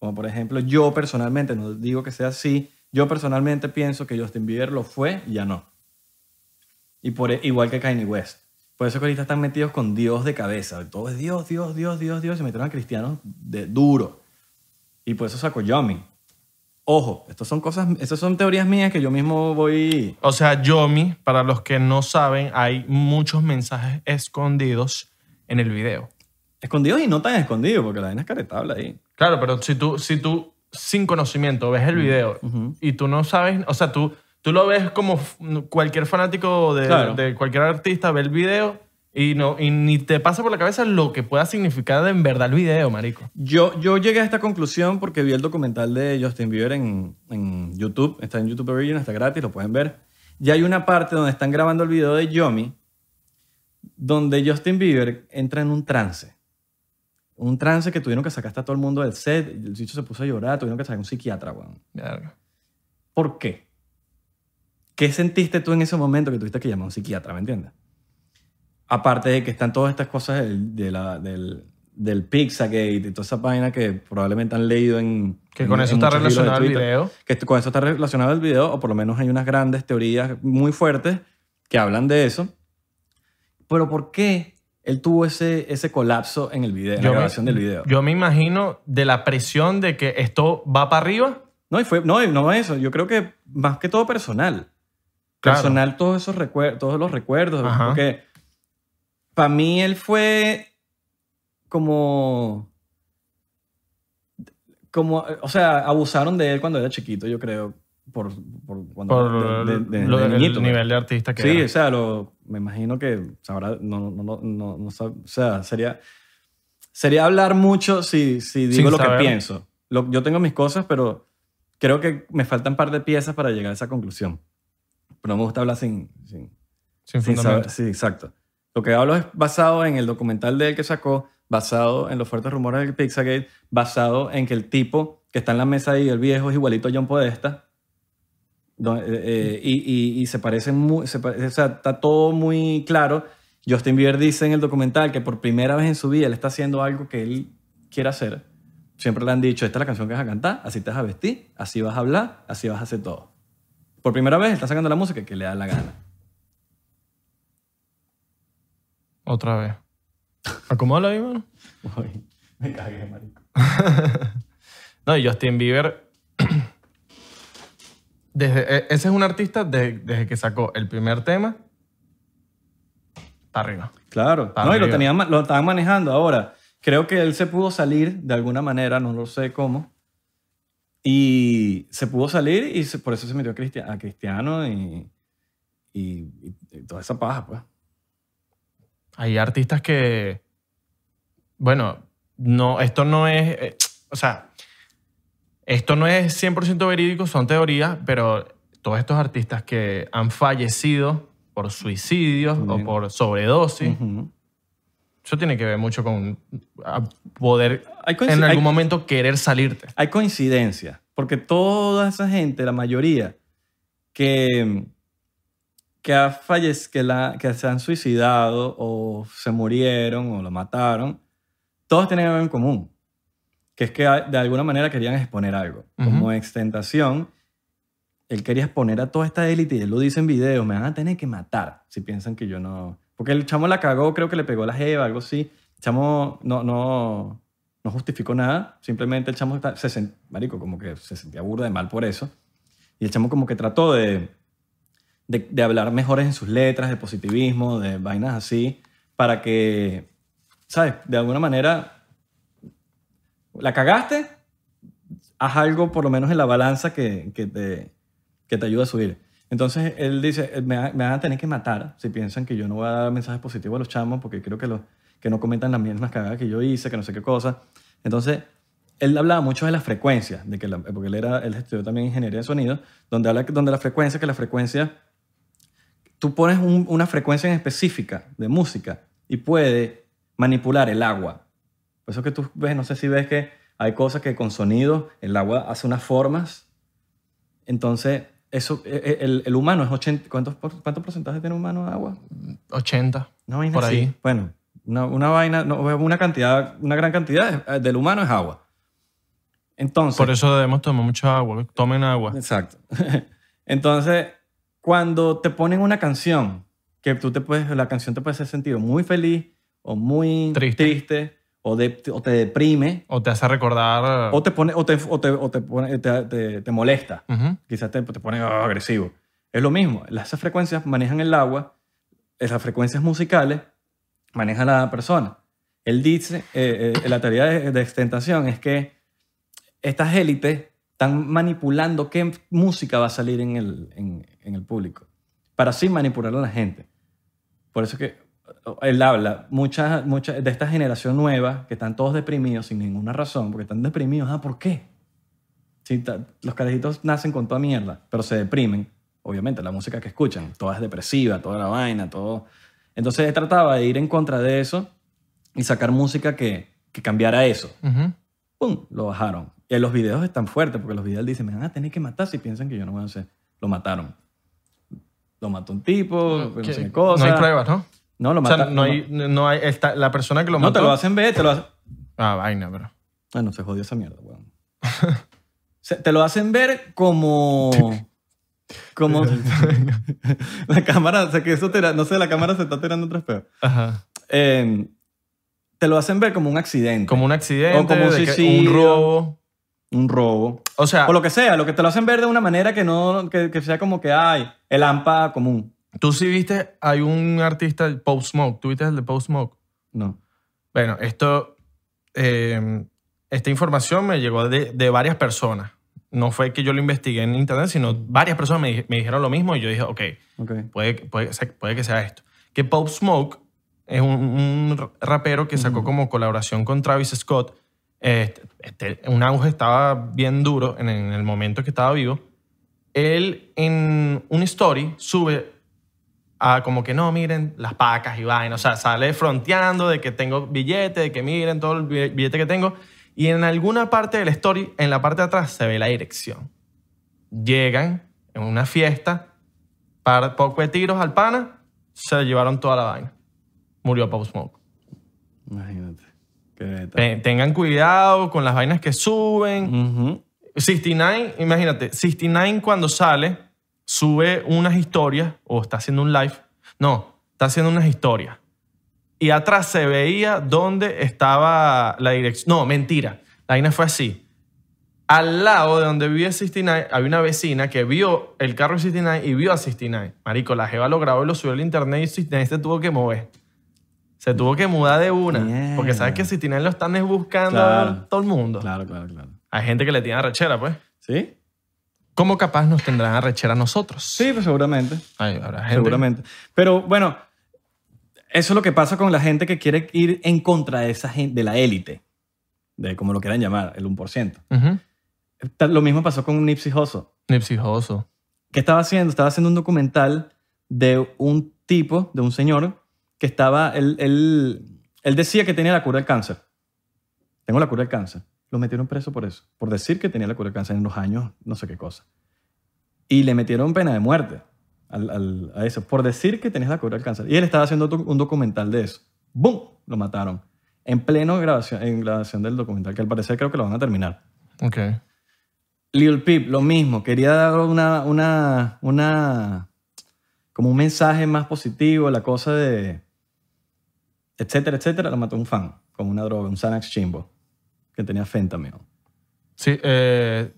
Speaker 2: Como por ejemplo, yo personalmente, no digo que sea así, yo personalmente pienso que Justin Bieber lo fue y ya no. Y por, e- igual que Kanye West. Por eso que ahorita están metidos con Dios de cabeza. Todo es Dios, Dios, Dios, Dios, Dios. Se metieron a cristianos de duro. Y por eso sacó Yomi. Ojo, estas son cosas, estas son teorías mías que yo mismo voy...
Speaker 1: O sea, Yomi, para los que no saben, hay muchos mensajes escondidos en el video.
Speaker 2: Escondidos y no tan escondidos, porque la vaina es caretable ahí.
Speaker 1: Claro, pero si tú, si tú sin conocimiento ves el video y tú no sabes, o sea, tú, tú lo ves como f- cualquier fanático de,
Speaker 2: Claro.
Speaker 1: de cualquier artista, ve el video Y, no, y ni te pasa por la cabeza lo que pueda significar en verdad el video, marico.
Speaker 2: Yo, yo llegué a esta conclusión porque vi el documental de Justin Bieber en, en YouTube. Está en YouTube Original, está gratis, lo pueden ver. Y hay una parte donde están grabando el video de Yomi, donde Justin Bieber entra en un trance. Un trance que tuvieron que sacar hasta todo el mundo del set. El bicho se puso a llorar, tuvieron que sacar a un psiquiatra, weón.
Speaker 1: Verga.
Speaker 2: ¿Por qué? ¿Qué sentiste tú en ese momento que tuviste que llamar a un psiquiatra, me entiendes? Aparte de que están todas estas cosas del, de la- del, del Pizzagate y toda esa página que probablemente han leído en...
Speaker 1: Que
Speaker 2: en-
Speaker 1: con eso
Speaker 2: en
Speaker 1: está
Speaker 2: muchos hilos de
Speaker 1: relacionado el
Speaker 2: Twitter.
Speaker 1: video.
Speaker 2: Que esto- con eso está relacionado el video, o por lo menos hay unas grandes teorías muy fuertes que hablan de eso. Pero ¿por qué él tuvo ese, ese colapso en el video, en la grabación del video?
Speaker 1: yo me imagino de la presión de que esto va para arriba.
Speaker 2: No, y fue, no, y no eso. Yo creo que más que todo personal.
Speaker 1: Claro.
Speaker 2: Personal, todos esos recuerdos, todos los recuerdos.
Speaker 1: Ajá.
Speaker 2: Porque para mí él fue como. Como, o sea, abusaron de él cuando era chiquito, yo creo, por, por cuando
Speaker 1: Por
Speaker 2: de- de- de-
Speaker 1: lo-
Speaker 2: de
Speaker 1: el
Speaker 2: niñito, pues.
Speaker 1: nivel de artista que
Speaker 2: Sí,
Speaker 1: era.
Speaker 2: o sea, lo, me imagino que sabrá, no, no, no, no, no sab- o sea, sería, sería hablar mucho si, si digo
Speaker 1: Sin
Speaker 2: lo
Speaker 1: saber.
Speaker 2: que pienso. Lo- yo tengo mis cosas, pero creo que me faltan un par de piezas para llegar a esa conclusión. Pero no me gusta hablar sin, sin,
Speaker 1: sin
Speaker 2: sin
Speaker 1: fundamento.
Speaker 2: saber. Sí, exacto. Lo que hablo es basado en el documental de él que sacó, basado en los fuertes rumores del Pizzagate, basado en que el tipo que está en la mesa ahí, el viejo, es igualito a John Podesta. No, eh, eh, y, y- y se parecen muy, se pare- o sea, está todo muy claro. Justin Bieber dice en el documental que por primera vez en su vida él está haciendo algo que él quiere hacer. Siempre le han dicho, esta es la canción que vas a cantar, así te vas a vestir, así vas a hablar, así vas a hacer todo. Por primera vez está sacando la música que le da la gana.
Speaker 1: Otra vez. Acomódalo ahí, mano.
Speaker 2: Uy, me cagué, marico.
Speaker 1: No, y Justin Bieber. desde, e- ese es un artista de- desde que sacó el primer tema. Para arriba.
Speaker 2: Claro.
Speaker 1: Pa'
Speaker 2: no, y lo,
Speaker 1: arriba.
Speaker 2: tenían ma- lo estaban manejando ahora. Creo que él se pudo salir de alguna manera, no lo sé cómo. Y se pudo salir y se- por eso se metió a, Cristi- a Cristiano y, y- y- y toda esa paja, pues.
Speaker 1: Hay artistas que. Bueno, no, esto no es. eh, o sea, esto no es 100% verídico, son teorías, pero todos estos artistas que han fallecido por suicidios o
Speaker 2: Bien.
Speaker 1: por sobredosis,
Speaker 2: Ujú.
Speaker 1: eso tiene que ver mucho con a poder
Speaker 2: Hay, coinci-
Speaker 1: en
Speaker 2: hay-
Speaker 1: algún momento querer salirte.
Speaker 2: hay coincidencia, porque toda esa gente, la mayoría, que, que, ha fallec- que, la, que se han suicidado o se murieron o lo mataron, todos tienen algo en común, que es que a- de alguna manera querían exponer algo, como
Speaker 1: Ujú.
Speaker 2: extentación. Él quería exponer a toda esta élite y él lo dice en videos, me van a tener que matar si piensan que yo no... Porque el chamo la cagó, creo que le pegó la jeva, algo así. El chamo no, no, no justificó nada, simplemente el chamo está- se sent- marico, como que se sentía burda de mal por eso. Y el chamo como que trató de, de, de hablar mejores en sus letras, de positivismo, de vainas así, para que, ¿sabes? De alguna manera, la cagaste, haz algo por lo menos en la balanza que, que te, que te ayuda a subir. Entonces él dice, "Eh, me, va- me van a tener que matar si piensan que yo no voy a dar mensajes positivos a los chamos porque creo que, los, que no comentan las mismas cagadas que yo hice, que no sé qué cosa. Entonces, él hablaba mucho de las frecuencias, de que la- porque él, era, él estudió también ingeniería de sonido, donde habla donde la frecuencia, que la frecuencia, tú pones un- una frecuencia en específica de música y puede manipular el agua. Por eso que tú ves, no sé si ves que hay cosas que con sonido el agua hace unas formas. Entonces, eso, e- e- el, el humano es 80, ¿cuántos, por- ¿cuántos porcentajes tiene un humano de agua?
Speaker 1: 80.
Speaker 2: Una vaina
Speaker 1: Por
Speaker 2: así.
Speaker 1: ahí.
Speaker 2: Bueno, una, una vaina, no, una cantidad, una gran cantidad eh, del humano es agua. Entonces,
Speaker 1: Por eso debemos tomar mucha agua. Tomen agua.
Speaker 2: Exacto. Entonces, cuando te ponen una canción, que tú te puedes, la canción te puede hacer sentir muy feliz o muy
Speaker 1: Triste.
Speaker 2: triste, o, de- o te deprime,
Speaker 1: O te hace recordar.
Speaker 2: o te pone, o te, o te, o te, pone- te- te- te molesta,
Speaker 1: Ujú.
Speaker 2: quizás te, te pone ah, agresivo. Es lo mismo, las- esas frecuencias manejan el agua, esas frecuencias musicales manejan a la persona. Él dice, eh, eh, la teoría de, de extentación es que estas élites están manipulando qué música va a salir en el, en, en el público para así manipular a la gente. Por eso que él habla, muchas muchas de esta generación nueva, que están todos deprimidos sin ninguna razón, porque están deprimidos, ah, ¿por qué? Sí, ta- los carajitos nacen con toda mierda, pero se deprimen. Obviamente, la música que escuchan, toda es depresiva, toda la vaina, todo. Entonces, él trataba de ir en contra de eso y sacar música que, que cambiara eso.
Speaker 1: Ujú.
Speaker 2: ¡Pum! Lo bajaron. Y los videos están fuertes porque los videos dicen, me van a tener que matar si piensan que yo no voy a hacer. Lo mataron. Lo mató un tipo, pues, no sé
Speaker 1: Que-
Speaker 2: qué cosa.
Speaker 1: hay pruebas, ¿no?
Speaker 2: No, lo
Speaker 1: O sea,
Speaker 2: mataron.
Speaker 1: no hay, no hay está- la persona que lo
Speaker 2: No,
Speaker 1: mató.
Speaker 2: te lo hacen ver, te lo hacen...
Speaker 1: Ah, vaina, pero.
Speaker 2: Ah, no, se jodió esa mierda, weón. Se- te lo hacen ver como... Como... la cámara, o sea, que eso te... la- No sé, la cámara se está tirando otras peor.
Speaker 1: Ajá.
Speaker 2: Eh, te lo hacen ver como un accidente.
Speaker 1: Como un accidente,
Speaker 2: O como un
Speaker 1: de que-
Speaker 2: suicidio.
Speaker 1: un robo.
Speaker 2: Un robo.
Speaker 1: O sea,
Speaker 2: O lo que sea, lo que te lo hacen ver de una manera que no... Que, que sea como que, ay, el AMPA común.
Speaker 1: tú sí viste, hay un artista, el Post Smoke. ¿Tú viste el de Post Smoke?
Speaker 2: No.
Speaker 1: Bueno, esto. eh, esta información me llegó de, de varias personas. No fue que yo lo investigué en internet, sino varias personas me, di- me dijeron lo mismo y yo dije, ok,
Speaker 2: Ok.
Speaker 1: puede, puede, ser- puede que sea esto. Que Pop Smoke es un, un rapero que sacó como colaboración con Travis Scott. eh, este, un auge estaba bien duro en, en el momento que estaba vivo. Él en un story sube a como que no, miren las pacas y vainas. O sea, sale fronteando de que tengo billete, de que miren todo el bi- billete que tengo. Y en alguna parte del story, en la parte de atrás, se ve la dirección. Llegan en una fiesta, par, poco de tiros al pana, se llevaron toda la vaina. Murió Pop Smoke.
Speaker 2: Imagínate. Qué beta.
Speaker 1: Te- tengan cuidado con las vainas que suben.
Speaker 2: Ujú.
Speaker 1: 69, imagínate, 69 cuando sale, sube unas historias o está haciendo un live. No, está haciendo unas historias. Y atrás se veía dónde estaba la dirección. No, mentira. La vaina fue así. Al lado de donde vivía 69, había una vecina que vio el carro de 69 y vio a 69. Marico, la jeva lo grabó y lo subió al internet y 69 se tuvo que mover. Se tuvo que mudar de una.
Speaker 2: Mierda.
Speaker 1: Porque sabes que 69 lo están es buscando
Speaker 2: Claro.
Speaker 1: todo el mundo.
Speaker 2: Claro, claro, claro.
Speaker 1: Hay gente que le tiene arrechera, pues.
Speaker 2: ¿Sí?
Speaker 1: ¿Cómo capaz nos tendrán arrechera a nosotros?
Speaker 2: Sí, pues seguramente.
Speaker 1: Ay, habrá gente.
Speaker 2: Seguramente. Pero bueno, eso es lo que pasa con la gente que quiere ir en contra de esa gente, de la élite, de como lo quieran llamar, el 1%.
Speaker 1: Ujú.
Speaker 2: Tal- Lo mismo pasó con Nipsey Hussle.
Speaker 1: Nipsey Hussle.
Speaker 2: ¿Qué estaba haciendo? Estaba haciendo un documental de un tipo, de un señor, que estaba, él, él, él decía que tenía la cura del cáncer. Tengo la cura del cáncer. Lo metieron preso por eso, por decir que tenía la cura del cáncer en los años, no sé qué cosa. Y le metieron pena de muerte al- al- a eso, por decir que tenías la cura del cáncer. Y él estaba haciendo doc- un documental de eso. ¡Bum! Lo mataron. En pleno grabación, en grabación del documental, que al parecer creo que lo van a terminar.
Speaker 1: Ok.
Speaker 2: Lil Peep, lo mismo. Quería dar una, una, una, como un mensaje más positivo, la cosa de, etcétera, etcétera. Lo mató un fan con una droga, un Xanax chimbo, que tenía fentamil.
Speaker 1: Sí, eh,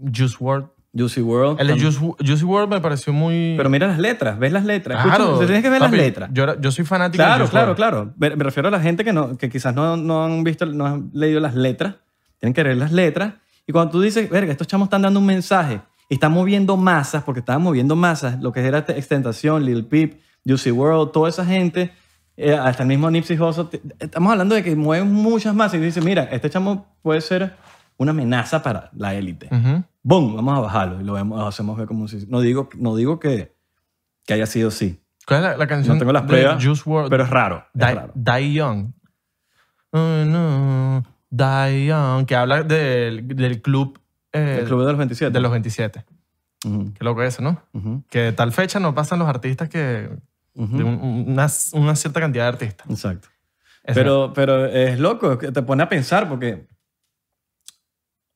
Speaker 1: Juice WRLD.
Speaker 2: Juicy World.
Speaker 1: El de Juice, Wo- Juicy WRLD me pareció muy...
Speaker 2: Pero mira las letras, ves las letras. Escucha, te tienes que ver
Speaker 1: Papi,
Speaker 2: las letras.
Speaker 1: Yo, era- yo soy fanático
Speaker 2: Claro,
Speaker 1: de Juice
Speaker 2: claro,
Speaker 1: WRLD.
Speaker 2: claro. Me me refiero a la gente que, no, que quizás no, no han visto, no han leído las letras. Tienen que leer las letras. Y cuando tú dices, verga, estos chamos están dando un mensaje y están moviendo masas, porque estaban moviendo masas, lo que era Te- Extentación, Lil Peep, Juicy World, toda esa gente, eh, hasta el mismo Nipsey Hussle. te- Estamos hablando de que mueven muchas masas y tú dices, mira, este chamo puede ser una amenaza para la élite.
Speaker 1: Ujú.
Speaker 2: ¡Bum! Vamos a bajarlo y lo, vemos, lo hacemos ver como un... suicidio. No digo, no digo que, que haya sido así.
Speaker 1: ¿Cuál es la, la canción
Speaker 2: No tengo las
Speaker 1: de
Speaker 2: pruebas,
Speaker 1: Juice WRLD?
Speaker 2: pero es raro. es
Speaker 1: Die,
Speaker 2: raro.
Speaker 1: Die Young. Oh, no. Die Young. Que habla del, del club... eh,
Speaker 2: El Club de los 27.
Speaker 1: de los 27.
Speaker 2: Ujú,
Speaker 1: Qué loco eso, ¿no?
Speaker 2: ujú,
Speaker 1: Que de tal fecha no pasan los artistas que...
Speaker 2: ujú.
Speaker 1: De un- una, una cierta cantidad de artistas.
Speaker 2: Exacto.
Speaker 1: Eso.
Speaker 2: Pero, pero es loco, es que te pone a pensar porque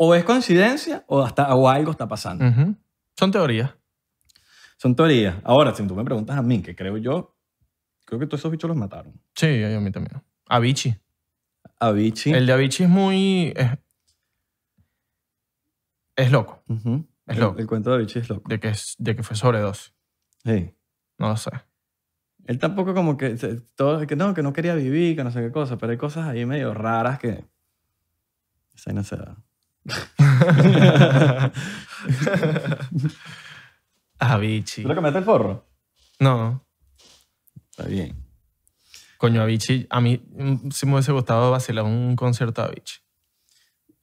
Speaker 2: o es coincidencia o, hasta, o algo está pasando.
Speaker 1: Ujú. Son teorías.
Speaker 2: Son teorías. Ahora, si tú me preguntas a mí, que creo yo, creo que todos esos bichos los mataron.
Speaker 1: Sí, a mí también. Avicii.
Speaker 2: Avicii.
Speaker 1: El de Avicii es muy... Es, es loco.
Speaker 2: Ujú.
Speaker 1: Es
Speaker 2: El-
Speaker 1: loco.
Speaker 2: el cuento de Avicii es loco.
Speaker 1: De que, es- de que fue sobredosis.
Speaker 2: Sí.
Speaker 1: No lo sé.
Speaker 2: Él tampoco como que, se- todo, que no, que no quería vivir, que no sé qué cosa, pero hay cosas ahí medio raras que... Esa no se da.
Speaker 1: Avicii.
Speaker 2: ¿Tú le cambiaste el forro?
Speaker 1: No.
Speaker 2: Está bien.
Speaker 1: Coño, Avicii, a mí mm, sí me hubiese gustado vacilar un concierto de Avicii.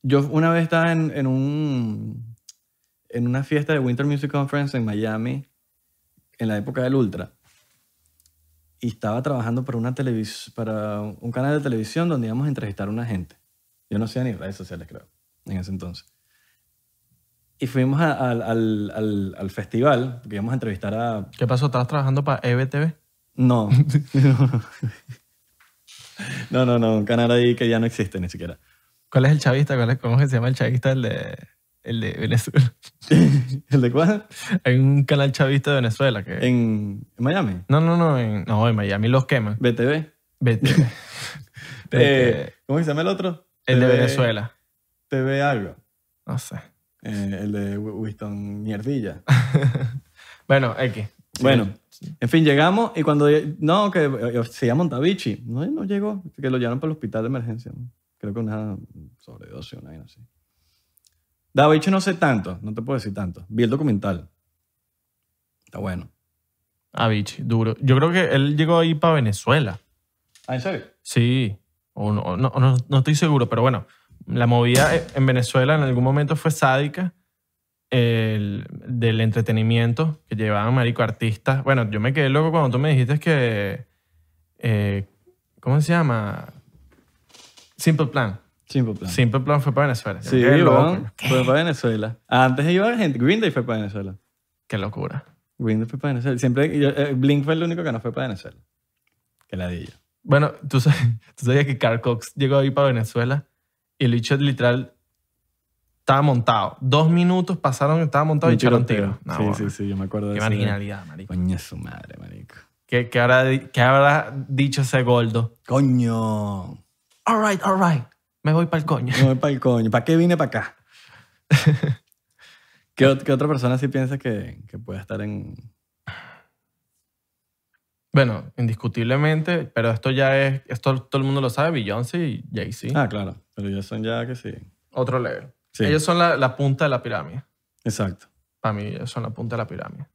Speaker 2: Yo una vez estaba en, en un, en una fiesta de Winter Music Conference en Miami, en la época del Ultra. Y estaba trabajando para, una televis para un canal de televisión donde íbamos a entrevistar a una gente. Yo no hacía ni redes sociales, creo, en ese entonces. Y fuimos a- al- al, al, al festival, porque íbamos a entrevistar a
Speaker 1: ¿Qué pasó? ¿Estabas trabajando para E EBTV?
Speaker 2: no. no, no, no. Un canal ahí que ya no existe ni siquiera.
Speaker 1: ¿Cuál es el chavista? ¿Cuál es- ¿Cómo es que se llama el chavista? El de, el de Venezuela.
Speaker 2: ¿El de cuál?
Speaker 1: Hay un canal chavista de Venezuela que...
Speaker 2: En, en Miami.
Speaker 1: No, no, no. En, no, en Miami los queman.
Speaker 2: BTV.
Speaker 1: Vete. Vete.
Speaker 2: Eh, ¿Cómo que se llama el otro?
Speaker 1: el de
Speaker 2: TV
Speaker 1: Venezuela.
Speaker 2: TV algo.
Speaker 1: No sé.
Speaker 2: Eh, el de Wi- Winston Mierdilla.
Speaker 1: Bueno, X.
Speaker 2: Bueno, en fin, llegamos y cuando... No, que eh, se llama Montavichi. No, no llegó. Que lo llevaron para el hospital de emergencia. Creo que una sobredosis, una vaina así. Davichi no sé tanto. No te puedo decir tanto. Vi el documental. Está bueno.
Speaker 1: Avicii, duro. Yo creo que él llegó ahí para Venezuela.
Speaker 2: Ah, ¿en serio?
Speaker 1: Sí. O no, o no, o no- no estoy seguro, pero bueno. La movida e- en Venezuela en algún momento fue sádica el- del entretenimiento que llevaban marico artistas. Bueno, yo me quedé loco cuando tú me dijiste que... eh, ¿Cómo se llama? Simple Plan.
Speaker 2: Simple plan.
Speaker 1: Simple Plan fue para Venezuela. Yo
Speaker 2: Sí,
Speaker 1: me quedé loco.
Speaker 2: weón, fue para Venezuela. Antes iba gente. Green Day fue para Venezuela.
Speaker 1: Qué locura.
Speaker 2: Green Day fue para Venezuela. Siempre, yo- eh, Blink fue el único que no fue para Venezuela. Que la di yo.
Speaker 1: Bueno, tú sabes, tú sabías que Carl Cox llegó ahí para Venezuela y el bicho literal estaba montado. Dos minutos pasaron, estaba montado y echaron tiro. No,
Speaker 2: sí,
Speaker 1: bueno,
Speaker 2: sí, sí, yo me acuerdo de
Speaker 1: Qué
Speaker 2: eso.
Speaker 1: marginalidad, marico.
Speaker 2: Coño, su madre, marico.
Speaker 1: ¿Qué, qué habrá, di- qué habrá dicho ese gordo?
Speaker 2: Coño.
Speaker 1: All right, all right. Me voy para el coño.
Speaker 2: No voy para el coño. ¿Para qué vine para acá? ¿Qué, ot- qué otra persona sí piensa que, que pueda estar en.
Speaker 1: Bueno, indiscutiblemente, pero esto ya es, esto todo el mundo lo sabe, Beyoncé y Jay-Z.
Speaker 2: Ah, claro. Pero ellos son ya que sí.
Speaker 1: Otro level.
Speaker 2: Sí.
Speaker 1: Ellos son la, la punta de la pirámide.
Speaker 2: Exacto.
Speaker 1: Para mí, ellos son la punta de la pirámide.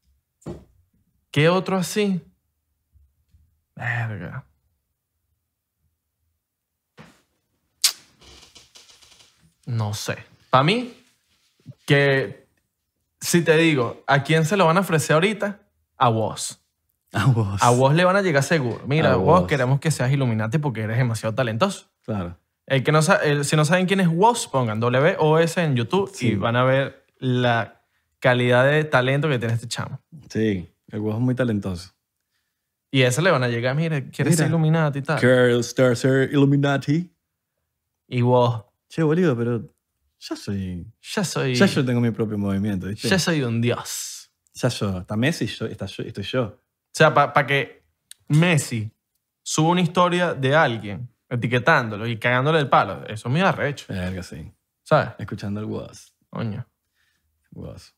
Speaker 1: ¿Qué otro así? Verga. No sé. Para mí, que si te digo, ¿a quién se lo van a ofrecer ahorita? A vos.
Speaker 2: A vos.
Speaker 1: A vos le van a llegar seguro. Mira,
Speaker 2: A
Speaker 1: vos
Speaker 2: vos.
Speaker 1: queremos que seas Illuminati porque eres demasiado talentoso.
Speaker 2: Claro.
Speaker 1: El que no sa- el- si no saben quién es WOS, pongan WOS en YouTube y
Speaker 2: Sí.
Speaker 1: van a ver la calidad de talento que tiene este chamo.
Speaker 2: Sí. El huevo es muy talentoso.
Speaker 1: Y a ese le van a llegar, mire, quieres ser
Speaker 2: Mira.
Speaker 1: iluminado y tal.
Speaker 2: Carl Starcer Illuminati.
Speaker 1: Y vos,
Speaker 2: Che, boludo, pero yo soy.
Speaker 1: ya soy,
Speaker 2: Ya yo tengo mi propio movimiento, ¿viste?
Speaker 1: ya soy un dios.
Speaker 2: Ya yo. Está Messi, yo, está yo, estoy yo.
Speaker 1: O sea, para que Messi suba una historia de alguien etiquetándolo y cagándole el palo, eso es muy arrecho,
Speaker 2: Verga, sí.
Speaker 1: ¿sabes?
Speaker 2: Escuchando el Woz.
Speaker 1: Coño.
Speaker 2: Woz.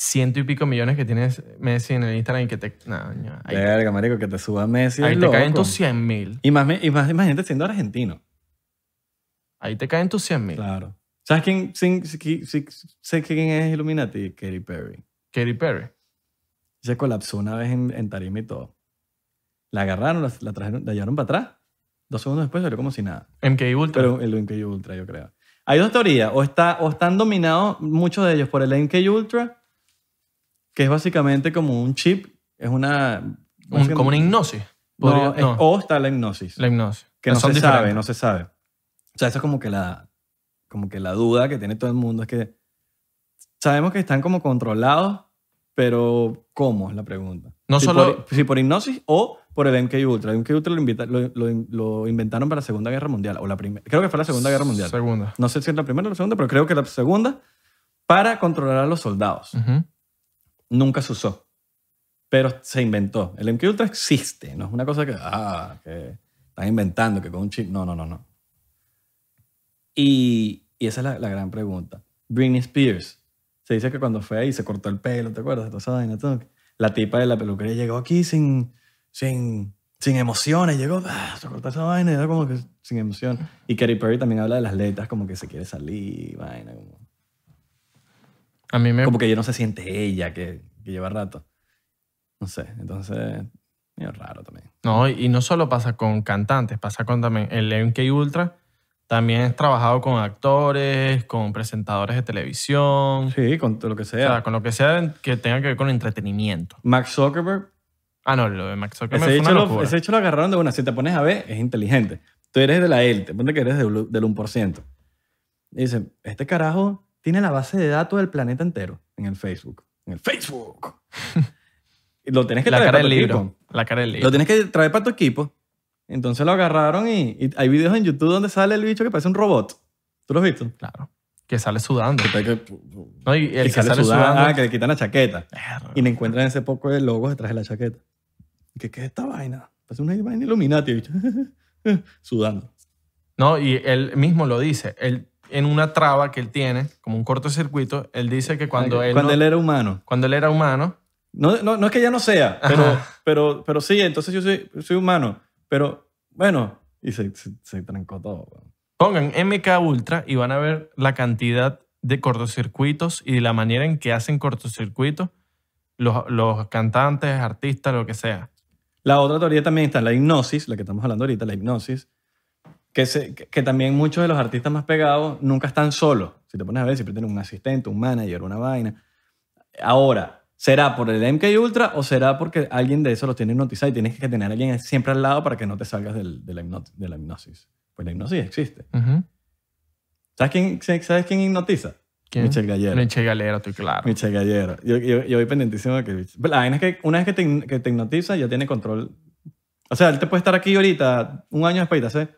Speaker 1: Ciento y pico millones que tienes Messi en el Instagram y que te... no, coño, ahí,
Speaker 2: Verga, marico, que te suba Messi.
Speaker 1: ahí
Speaker 2: es
Speaker 1: te
Speaker 2: loco.
Speaker 1: caen tus 100 mil.
Speaker 2: Y más, me- y más, imagínate siendo argentino.
Speaker 1: Ahí te caen tus 100 mil.
Speaker 2: Claro. ¿Sabes quién, sin- si- si- sé quién es Illuminati? Katy Perry.
Speaker 1: Katy Perry.
Speaker 2: Se colapsó una vez en, en tarima y todo. La agarraron, la, la trajeron, la llevaron para atrás. Dos segundos después salió como si nada.
Speaker 1: MK Ultra.
Speaker 2: Pero el MK Ultra, yo creo. Hay dos teorías. O, está, o están dominados muchos de ellos por el MK Ultra, que es básicamente como un chip. Es una.
Speaker 1: Un- como una hipnosis. Podría-
Speaker 2: No, es-
Speaker 1: no,
Speaker 2: o está la hipnosis.
Speaker 1: la hipnosis.
Speaker 2: que no se
Speaker 1: Son
Speaker 2: sabe,
Speaker 1: diferentes.
Speaker 2: no se sabe. O sea, eso es como que la, como que la duda que tiene todo el mundo. Es que sabemos que están como controlados, pero ¿cómo? Es la pregunta.
Speaker 1: No
Speaker 2: si
Speaker 1: solo-
Speaker 2: Por, si por hipnosis o por el MK Ultra. El MK Ultra lo, invita- lo- lo- lo inventaron para la Segunda Guerra Mundial. O la primera. Creo que fue la Segunda Guerra Mundial.
Speaker 1: Segunda.
Speaker 2: No sé si es la primera o la segunda, pero creo que la segunda para controlar a los soldados.
Speaker 1: Ujú.
Speaker 2: Nunca se usó. Pero se inventó. El MK Ultra existe. No es una cosa que, ah, que están inventando, que con un chip. No, no, no, no. Y, y esa es la, la gran pregunta. Britney Spears. Se dice que cuando fue ahí se cortó el pelo, ¿te acuerdas? Toda esa vaina, todo. La tipa de la peluquería llegó aquí sin, sin, sin emociones. Llegó, ah, se cortó esa vaina, y era como que sin emoción. Y Katy Perry también habla de las letras, como que se quiere salir, vaina. Como
Speaker 1: A mí me...
Speaker 2: como que ya no se siente ella, que, que lleva rato. No sé, entonces Medio raro también.
Speaker 1: No, y y no solo pasa con cantantes, pasa con también el MK Ultra. También he trabajado con actores, con presentadores de televisión,
Speaker 2: Sí, con todo lo que
Speaker 1: o
Speaker 2: sea.
Speaker 1: sea, con lo que sea que tenga que ver con entretenimiento.
Speaker 2: Mark Zuckerberg,
Speaker 1: Ah, no, lo de Max Zuckerberg fue
Speaker 2: ese
Speaker 1: una
Speaker 2: hecho, lo,
Speaker 1: locura.
Speaker 2: ese hecho lo agarraron de una. Si te pones a ver, es inteligente. Tú eres de la élite, ponte que eres del, del 1%. Y dicen, este carajo tiene la base de datos del planeta entero en el Facebook. En el Facebook. Y lo tienes que
Speaker 1: la
Speaker 2: traer
Speaker 1: cara
Speaker 2: para
Speaker 1: del
Speaker 2: tu
Speaker 1: libro.
Speaker 2: equipo.
Speaker 1: La cara del
Speaker 2: Lo
Speaker 1: libro.
Speaker 2: tienes que traer para tu equipo. Entonces lo agarraron y, y hay videos en YouTube donde sale el bicho que parece un robot. ¿Tú lo has visto?
Speaker 1: Claro. Que sale sudando.
Speaker 2: Que, que-
Speaker 1: No, y el
Speaker 2: que
Speaker 1: que sale, sudando. Ah.
Speaker 2: ah, que le quitan la chaqueta.
Speaker 1: Verga.
Speaker 2: Y le encuentran ese poco de logos detrás de la chaqueta. ¿Qué, qué es esta vaina? Parece una vaina Illuminati, bicho. Sudando.
Speaker 1: No, y él mismo lo dice. Él, en una traba que él tiene, como un cortocircuito, él dice que cuando, él, no-
Speaker 2: era humano.
Speaker 1: cuando él era humano,
Speaker 2: No, no, no es que ya no sea, pero,
Speaker 1: Ajá.
Speaker 2: pero, pero sí, entonces yo soy, soy humano. Pero bueno, y se, se, se trancó todo. weón.
Speaker 1: Pongan MK Ultra y van a ver la cantidad de cortocircuitos y la manera en que hacen cortocircuitos los, los cantantes, artistas, lo que sea.
Speaker 2: La otra teoría también está la hipnosis, la que estamos hablando ahorita, la hipnosis, que, se, que, que también muchos de los artistas más pegados nunca están solos. Si te pones a ver, siempre tienen un asistente, un manager, una vaina. Ahora, ¿será por el MK Ultra o será porque alguien de eso los tiene hipnotizado y tienes que tener a alguien siempre al lado para que no te salgas del- de, la, hipno- de la hipnosis? Pues la hipnosis existe.
Speaker 1: Ujú.
Speaker 2: ¿Sabes quién, sabes quién hipnotiza?
Speaker 1: ¿Quién?
Speaker 2: Michel Gallero.
Speaker 1: Michelle Galera, estoy claro.
Speaker 2: Michel Gallero. Yo, yo, yo voy pendientísimo de que... La vaina es que una vez que te, hipn- que te hipnotiza, ya tiene control. O sea, él te puede estar aquí ahorita, un año después, y te hace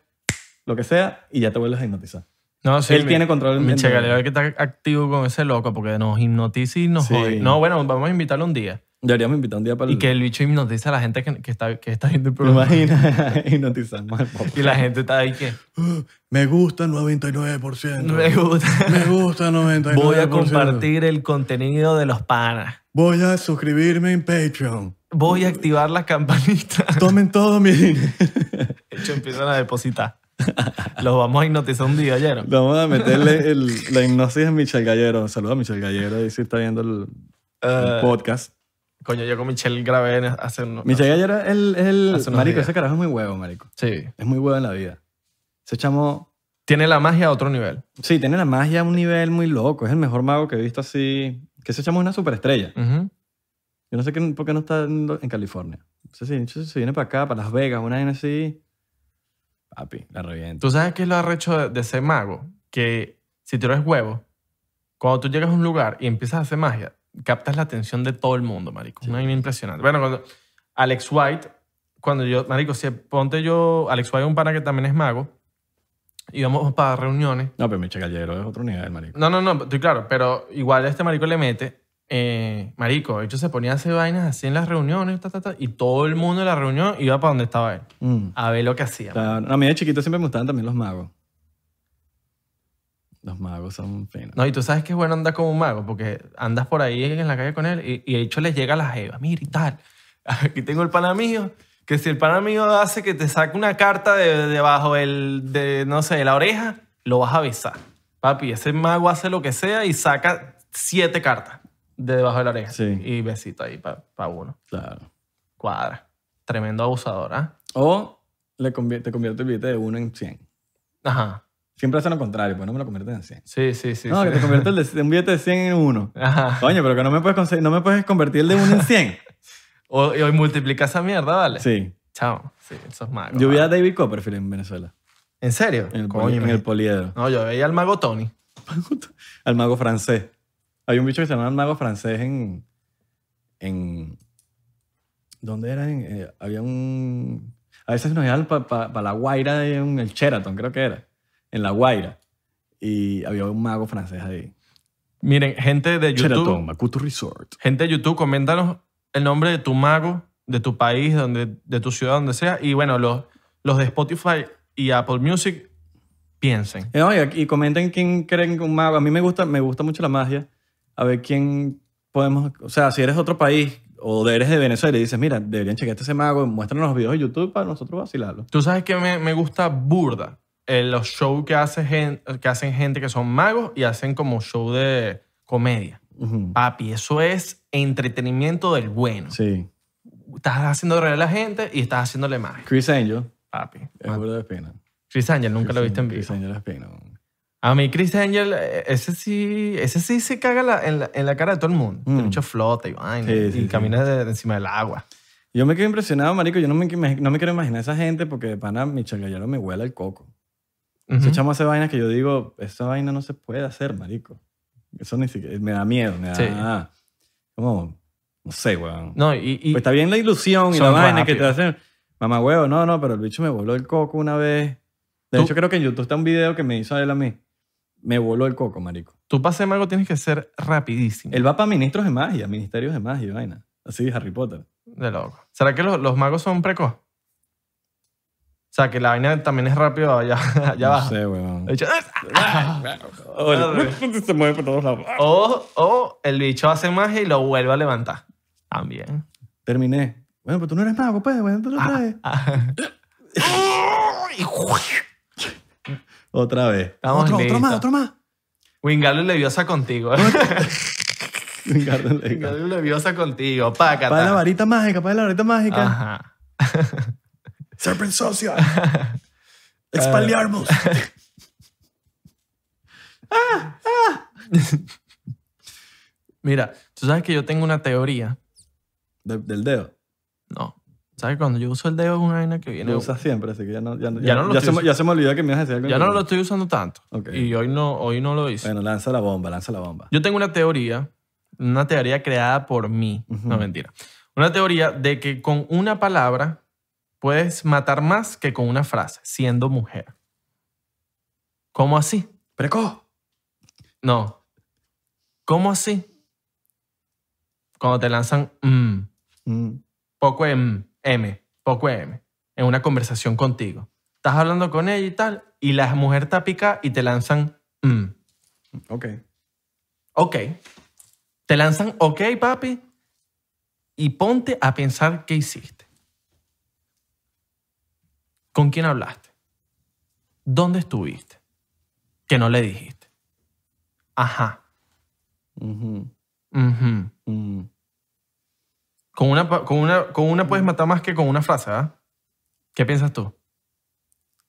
Speaker 2: lo que sea, y ya te vuelves a hipnotizar.
Speaker 1: No, sí,
Speaker 2: él
Speaker 1: mi-
Speaker 2: tiene control. en-
Speaker 1: Michelle Galera hay que estar activo con ese loco porque nos hipnotiza y nos
Speaker 2: Sí.
Speaker 1: jode. No, bueno, vamos a invitarlo un día.
Speaker 2: Deberíamos invitar un día para el...
Speaker 1: Y que el bicho hipnotiza a la gente que, que está, que está viendo el
Speaker 2: ¿Te
Speaker 1: programa.
Speaker 2: imaginas? Hipnotizamos al pobre.
Speaker 1: Y la gente está ahí que
Speaker 3: Uh, me gusta 99%.
Speaker 1: me gusta.
Speaker 3: Me gusta 99%.
Speaker 1: Voy a compartir el contenido de los panas.
Speaker 3: Voy a suscribirme en Patreon.
Speaker 1: Voy a activar la campanita.
Speaker 3: Tomen todo mi dinero.
Speaker 1: De hecho, empiezan a depositar. Los vamos a hipnotizar un día ayer.
Speaker 2: Vamos a meterle el- la hipnosis a Michel Gallero. Saluda a Michel Gallero, ahí sí está viendo el,
Speaker 1: Ah,
Speaker 2: el podcast.
Speaker 1: Eh, coño, yo con Michelle grabé en- hace unos...
Speaker 2: Michel Gallero es el... es el-
Speaker 1: hace unos
Speaker 2: marico,
Speaker 1: días.
Speaker 2: ese carajo es muy huevo, marico.
Speaker 1: Sí.
Speaker 2: Es muy huevo en la vida. Ese chamo...
Speaker 1: Tiene la magia a otro nivel.
Speaker 2: Sí, tiene la magia a un nivel muy loco. Es el mejor mago que he visto así. Que se llama una superestrella.
Speaker 1: Ujú.
Speaker 2: Yo no sé qué- por qué no está en, lo- en California. No sé si de hecho, se viene para acá, para Las Vegas, una vaina así. Papi, la reviento.
Speaker 1: ¿Tú sabes qué es lo arrecho de, de ser mago? Que si tú eres huevo, cuando tú llegas a un lugar y empiezas a hacer magia, captas la atención de todo el mundo, marico. Una vaina impresionante. Bueno, cuando Alex White, cuando yo, marico, si ponte yo, Alex White, un pana que también es mago, íbamos para reuniones
Speaker 2: No, pero Michel Gallero es otro nivel, marico.
Speaker 1: No, no, no, estoy claro, pero igual este marico le mete. eh, marico, de hecho se ponía a hacer vainas así en las reuniones, ta, ta, ta, y todo el mundo en la reunión iba para donde estaba él,
Speaker 2: Mm.
Speaker 1: a ver lo que hacía.
Speaker 2: Claro. No, a mí de chiquito siempre me gustaban también los magos. Los magos son finos.
Speaker 1: No, y tú sabes que es bueno andar como un mago, porque andas por ahí en la calle con él y, y de hecho les llega la jeva, mira y tal. Aquí tengo el pana mío, que si el pana mío hace que te saque una carta de debajo del, de, no sé, de la oreja, lo vas a besar. Papi, ese mago hace lo que sea y saca siete cartas de debajo de la oreja.
Speaker 2: Sí.
Speaker 1: Y besito ahí para uno.
Speaker 2: Claro.
Speaker 1: Cuadra. Tremendo abusador, ¿ah?
Speaker 2: O le convier- te convierte el billete de uno en 100.
Speaker 1: Ajá.
Speaker 2: Siempre hacen lo contrario, pues no me lo convierten en 100.
Speaker 1: Sí, sí, sí.
Speaker 2: no,
Speaker 1: sí.
Speaker 2: que te convierte el de- un billete de 100 en uno.
Speaker 1: Ajá.
Speaker 2: Coño, pero que no me puedes, conse- no me puedes convertir el de 1 en 100.
Speaker 1: O, y hoy multiplica esa mierda, ¿vale?
Speaker 2: Sí.
Speaker 1: Chao. Sí, esos magos.
Speaker 2: Yo vi
Speaker 1: ¿vale?
Speaker 2: a David Copperfield en Venezuela.
Speaker 1: ¿En serio?
Speaker 2: En el,
Speaker 1: Coño,
Speaker 2: poli- en
Speaker 1: imagínate.
Speaker 2: el poliedro.
Speaker 1: No, yo veía al mago Tony.
Speaker 2: Al mago francés. Hay un bicho que se llama el mago francés en... en ¿Dónde era? En, eh, había un... A veces nos llevaban para la Guaira, en el Sheraton creo que era. En la Guaira. Y había un mago francés ahí.
Speaker 1: Miren, gente de YouTube,
Speaker 2: Sheraton, Makuto Resort.
Speaker 1: gente de YouTube, coméntanos el nombre de tu mago, de tu país, donde, de tu ciudad, donde sea. Y bueno, los, los de Spotify y Apple Music, piensen.
Speaker 2: Eh, no, y, y comenten quién creen que un mago. A mí me gusta, me gusta mucho la magia. A ver quién podemos. O sea, si eres de otro país o de- eres de Venezuela y dices, mira, deberían chequear a ese mago, muéstranos los videos de YouTube para nosotros vacilarlo.
Speaker 1: Tú sabes que me, me gusta burda eh, los shows que, hace gen- que hacen gente que son magos y hacen como show de comedia.
Speaker 2: Ujú.
Speaker 1: Papi, eso es entretenimiento del bueno.
Speaker 2: Sí.
Speaker 1: estás haciendo reír a la gente y estás haciéndole magia,
Speaker 2: Chris Angel.
Speaker 1: papi.
Speaker 2: Es burda de espina.
Speaker 1: Chris Angel, Ah. nunca lo
Speaker 2: Eh, Chris-
Speaker 1: viste en
Speaker 2: Chris
Speaker 1: vivo.
Speaker 2: Angel es espina. weón.
Speaker 1: A mí Chris Angel, eh, ese sí, ese sí se caga la- en, la, en la cara de todo el mundo.
Speaker 2: Mm.
Speaker 1: El bicho flota y vaina,
Speaker 2: Sí, sí,
Speaker 1: y
Speaker 2: sí.
Speaker 1: camina de- de encima del agua.
Speaker 2: Yo me quedo impresionado, marico. Yo no me, imag- no me quiero imaginar a esa gente porque de pana mi chancallero me huele al coco. Ese
Speaker 1: Ujú.
Speaker 2: chamo hace vainas que yo digo, esa vaina no se puede hacer, marico. Eso ni siquiera... Me da miedo, me da... Como... No sé, weón.
Speaker 1: No, y, y-
Speaker 2: Pues está bien la ilusión y
Speaker 1: Son
Speaker 2: la vaina que te
Speaker 1: rápidos.
Speaker 2: hacen. Mamá huevo, no, no, pero el bicho me voló el coco una vez. De
Speaker 1: Tú-
Speaker 2: hecho, creo que en YouTube está un video que me hizo él a mí. Me voló el coco, marico.
Speaker 1: tú para ser mago tienes que ser rapidísimo.
Speaker 2: Él va para ministros de magia, ministerios de magia y vaina. Así, Harry Potter.
Speaker 1: De loco. ¿Será que los, los magos son precoz? O sea, que la vaina también es rápido allá, allá
Speaker 2: no
Speaker 1: abajo.
Speaker 2: sé, weón.
Speaker 1: El bicho, ¡ah!
Speaker 2: se mueve por todos lados.
Speaker 1: o, o el bicho hace magia y lo vuelve a levantar. También.
Speaker 2: Terminé. Bueno, pero tú no eres mago, pues, bueno, tú lo traes.
Speaker 1: Ah.
Speaker 2: Otra vez.
Speaker 1: Estamos
Speaker 2: otro, otro
Speaker 1: listos.
Speaker 2: más, otro más.
Speaker 1: Wingardo Leviosa contigo. ¿eh?
Speaker 2: Ricardo le dijo,
Speaker 1: Wingardo Leviosa contigo. Pácata.
Speaker 2: Para la varita mágica, para la varita mágica.
Speaker 1: Ajá.
Speaker 3: Serpent Social.
Speaker 1: Ah.
Speaker 3: Expaliarmos.
Speaker 1: Mira, tú sabes que yo tengo una teoría.
Speaker 2: De- del dedo.
Speaker 1: No. ¿Sabes? Cuando yo uso el dedo es una vaina que viene...
Speaker 2: Lo usas siempre, así que ya no, ya,
Speaker 1: Ya no lo
Speaker 2: se, me-
Speaker 1: estoy
Speaker 2: ya se me olvidó que me ibas a decir algo.
Speaker 1: Ya no lo estoy usando tanto.
Speaker 2: Ok.
Speaker 1: Y hoy no, hoy no lo hice.
Speaker 2: Bueno, lanza la bomba, lanza la bomba.
Speaker 1: Yo tengo una teoría, una teoría creada por mí,
Speaker 2: Ujú.
Speaker 1: no mentira. Una teoría de que con una palabra puedes matar más que con una frase, siendo mujer. ¿Cómo así?
Speaker 2: ¡Precoz!
Speaker 1: No. ¿Cómo así? Cuando te lanzan mm,
Speaker 2: Mm.
Speaker 1: poco de mm, M, poco de M, en una conversación contigo. Estás hablando con ella y tal, y la mujer te pica y te lanzan mm.
Speaker 2: Ok.
Speaker 1: Ok. Te lanzan, ok, papi, y ponte a pensar qué hiciste. ¿Con quién hablaste? ¿Dónde estuviste? Que no le dijiste. Ajá.
Speaker 2: Ujú.
Speaker 1: ujú.
Speaker 2: Mm-hmm. Mm.
Speaker 1: Con, una, pa- con, una, con una puedes matar más que con una frase, ¿verdad? ¿Qué piensas tú?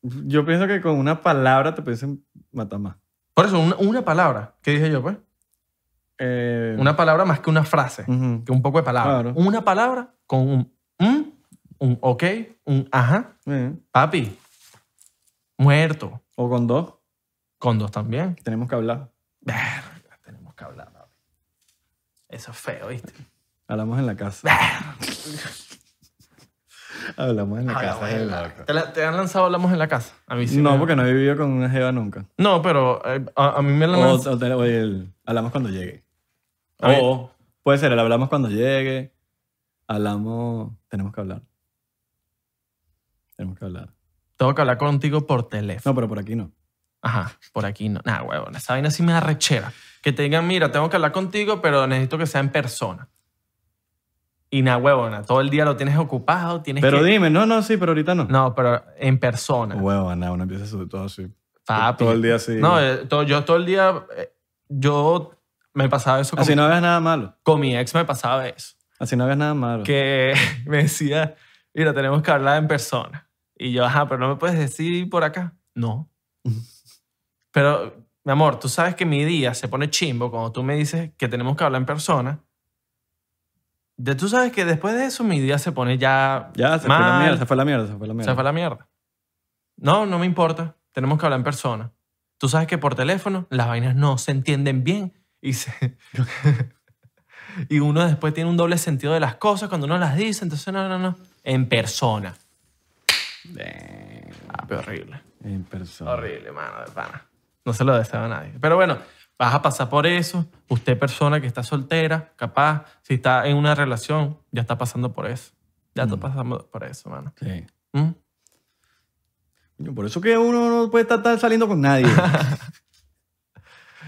Speaker 2: Yo pienso que con una palabra te pudiesen matar más.
Speaker 1: Por eso, una, una palabra. ¿Qué dije yo, pues?
Speaker 2: Eh, mm-hmm.
Speaker 1: Una palabra más que una frase.
Speaker 2: ujú.
Speaker 1: Que un poco de palabra.
Speaker 2: Mm. Claro.
Speaker 1: Una palabra con un mm, un ok, un ajá,
Speaker 2: Eh,
Speaker 1: Papi, muerto.
Speaker 2: O con dos,
Speaker 1: Con dos también.
Speaker 2: tenemos que hablar.
Speaker 1: Verga, tenemos que hablar, papi. Eso es feo, ¿viste?
Speaker 2: Hablamos en la casa. Hablamos en la casa. es loco.
Speaker 1: ¿Te, la- te han lanzado hablamos en la casa? A mí sí
Speaker 2: No,
Speaker 1: me-
Speaker 2: porque no he vivido con una jeva nunca.
Speaker 1: No, pero eh, a, a mí me la
Speaker 2: O,
Speaker 1: lanzado.
Speaker 2: o te- o el- hablamos cuando llegue.
Speaker 1: A ver.
Speaker 2: O puede ser, el hablamos cuando llegue. Hablamos. Tenemos que hablar. Tenemos que hablar.
Speaker 1: Tengo que hablar contigo por teléfono.
Speaker 2: No, pero por aquí no.
Speaker 1: Ajá, por aquí no. Nah, huevón, esa vaina sí me da rechera. Que te digan, mira, tengo que hablar contigo, pero necesito que sea en persona. Y nah, huevona, todo el día lo tienes ocupado, tienes
Speaker 2: Pero
Speaker 1: que...
Speaker 2: dime, no, no, sí, pero ahorita no.
Speaker 1: No, pero en persona.
Speaker 2: Huevo, nada, uno empieza a subir todo así.
Speaker 1: Papi.
Speaker 2: Todo el día así.
Speaker 1: No, eh, todo- yo todo el día, eh, yo me pasaba eso con,
Speaker 2: así no hagas nada malo.
Speaker 1: con mi ex, me pasaba eso.
Speaker 2: Así no hagas nada malo.
Speaker 1: Que me decía, mira, tenemos que hablar en persona. Y yo, ajá, pero no me puedes decir por acá. No. pero, mi amor, tú sabes que mi día se pone chimbo cuando tú me dices que tenemos que hablar en persona. De, tú sabes que después de eso mi día se pone ya...
Speaker 2: Ya, se fue la
Speaker 1: mal,
Speaker 2: mierda, se fue la mierda, se fue la mierda.
Speaker 1: se fue a la mierda. No, no me importa. Tenemos que hablar en persona. Tú sabes que por teléfono las vainas no se entienden bien y se... y uno después tiene un doble sentido de las cosas cuando uno las dice. Entonces, no, no, no. En persona. Ah, pero horrible.
Speaker 2: En persona.
Speaker 1: Horrible, mano, de pana. No se lo deseo a nadie. Pero bueno, vas a pasar por eso. Usted, persona que está soltera, capaz, si está en una relación, ya está pasando por eso. Ya está pasando por eso, mano.
Speaker 2: Sí.
Speaker 1: ¿Mm?
Speaker 2: Coño, por eso que uno no puede estar, estar saliendo con nadie.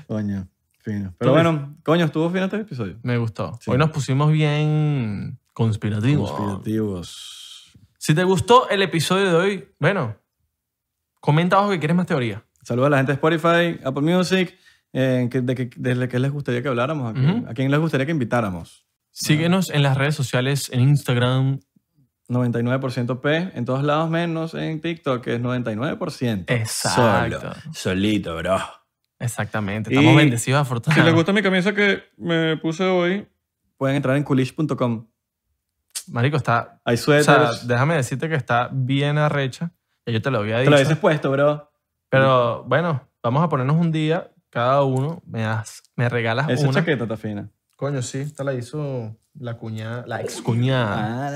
Speaker 2: coño, fino. Pero bueno, coño, estuvo fino este episodio.
Speaker 1: Me gustó.
Speaker 2: Sí.
Speaker 1: Hoy nos pusimos bien conspirativos.
Speaker 2: Conspirativos.
Speaker 1: Si te gustó el episodio de hoy, bueno, comenta abajo que quieres más teoría.
Speaker 2: Saludos a la gente de Spotify, Apple Music, eh, que- de, que- de, qué les gustaría que habláramos, a,
Speaker 1: Ujú.
Speaker 2: a quién les gustaría que invitáramos.
Speaker 1: Síguenos en las redes sociales, en Instagram.
Speaker 2: 99% P en todos lados menos en TikTok, que es 99%.
Speaker 1: Exacto.
Speaker 2: Solito, bro.
Speaker 1: Exactamente. Estamos
Speaker 2: Y-
Speaker 1: bendecidos,
Speaker 4: Si les
Speaker 1: afortunados.
Speaker 4: gusta mi camisa que me puse hoy,
Speaker 2: Pueden entrar en coolish.com.
Speaker 1: Marico, está...
Speaker 2: Hay
Speaker 1: O sea,
Speaker 2: suéteres.
Speaker 1: déjame decirte que está bien arrecha. Ya yo te lo había
Speaker 2: Te lo dices
Speaker 1: dicho.
Speaker 2: puesto, bro.
Speaker 1: Pero bueno, vamos a ponernos un día. Cada uno me, das, me
Speaker 4: ah,
Speaker 1: regalas
Speaker 2: Esa
Speaker 1: una.
Speaker 2: chaqueta está fina.
Speaker 1: Coño, sí. Esta la hizo la cuñada, la ex cuñada.
Speaker 2: Ah,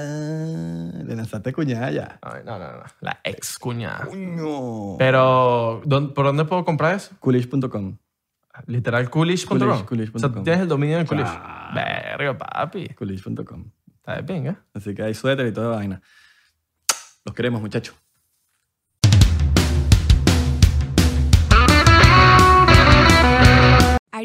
Speaker 2: le lanzaste cuñada ya.
Speaker 1: Ay, no, no, no. La ex cuñada.
Speaker 2: Coño.
Speaker 1: Pero, ¿dón- ¿por dónde puedo comprar eso?
Speaker 2: Coolish.com.
Speaker 1: Literal, coolish.com.
Speaker 2: Coolish, coolish
Speaker 1: O sea,
Speaker 2: punto com.
Speaker 1: tú tienes el dominio de coolish.
Speaker 2: Claro.
Speaker 1: Verga, papi.
Speaker 2: Coolish.com.
Speaker 1: Está de pinga.
Speaker 2: Así que hay suéter y toda vaina. Los queremos, muchachos.
Speaker 5: Are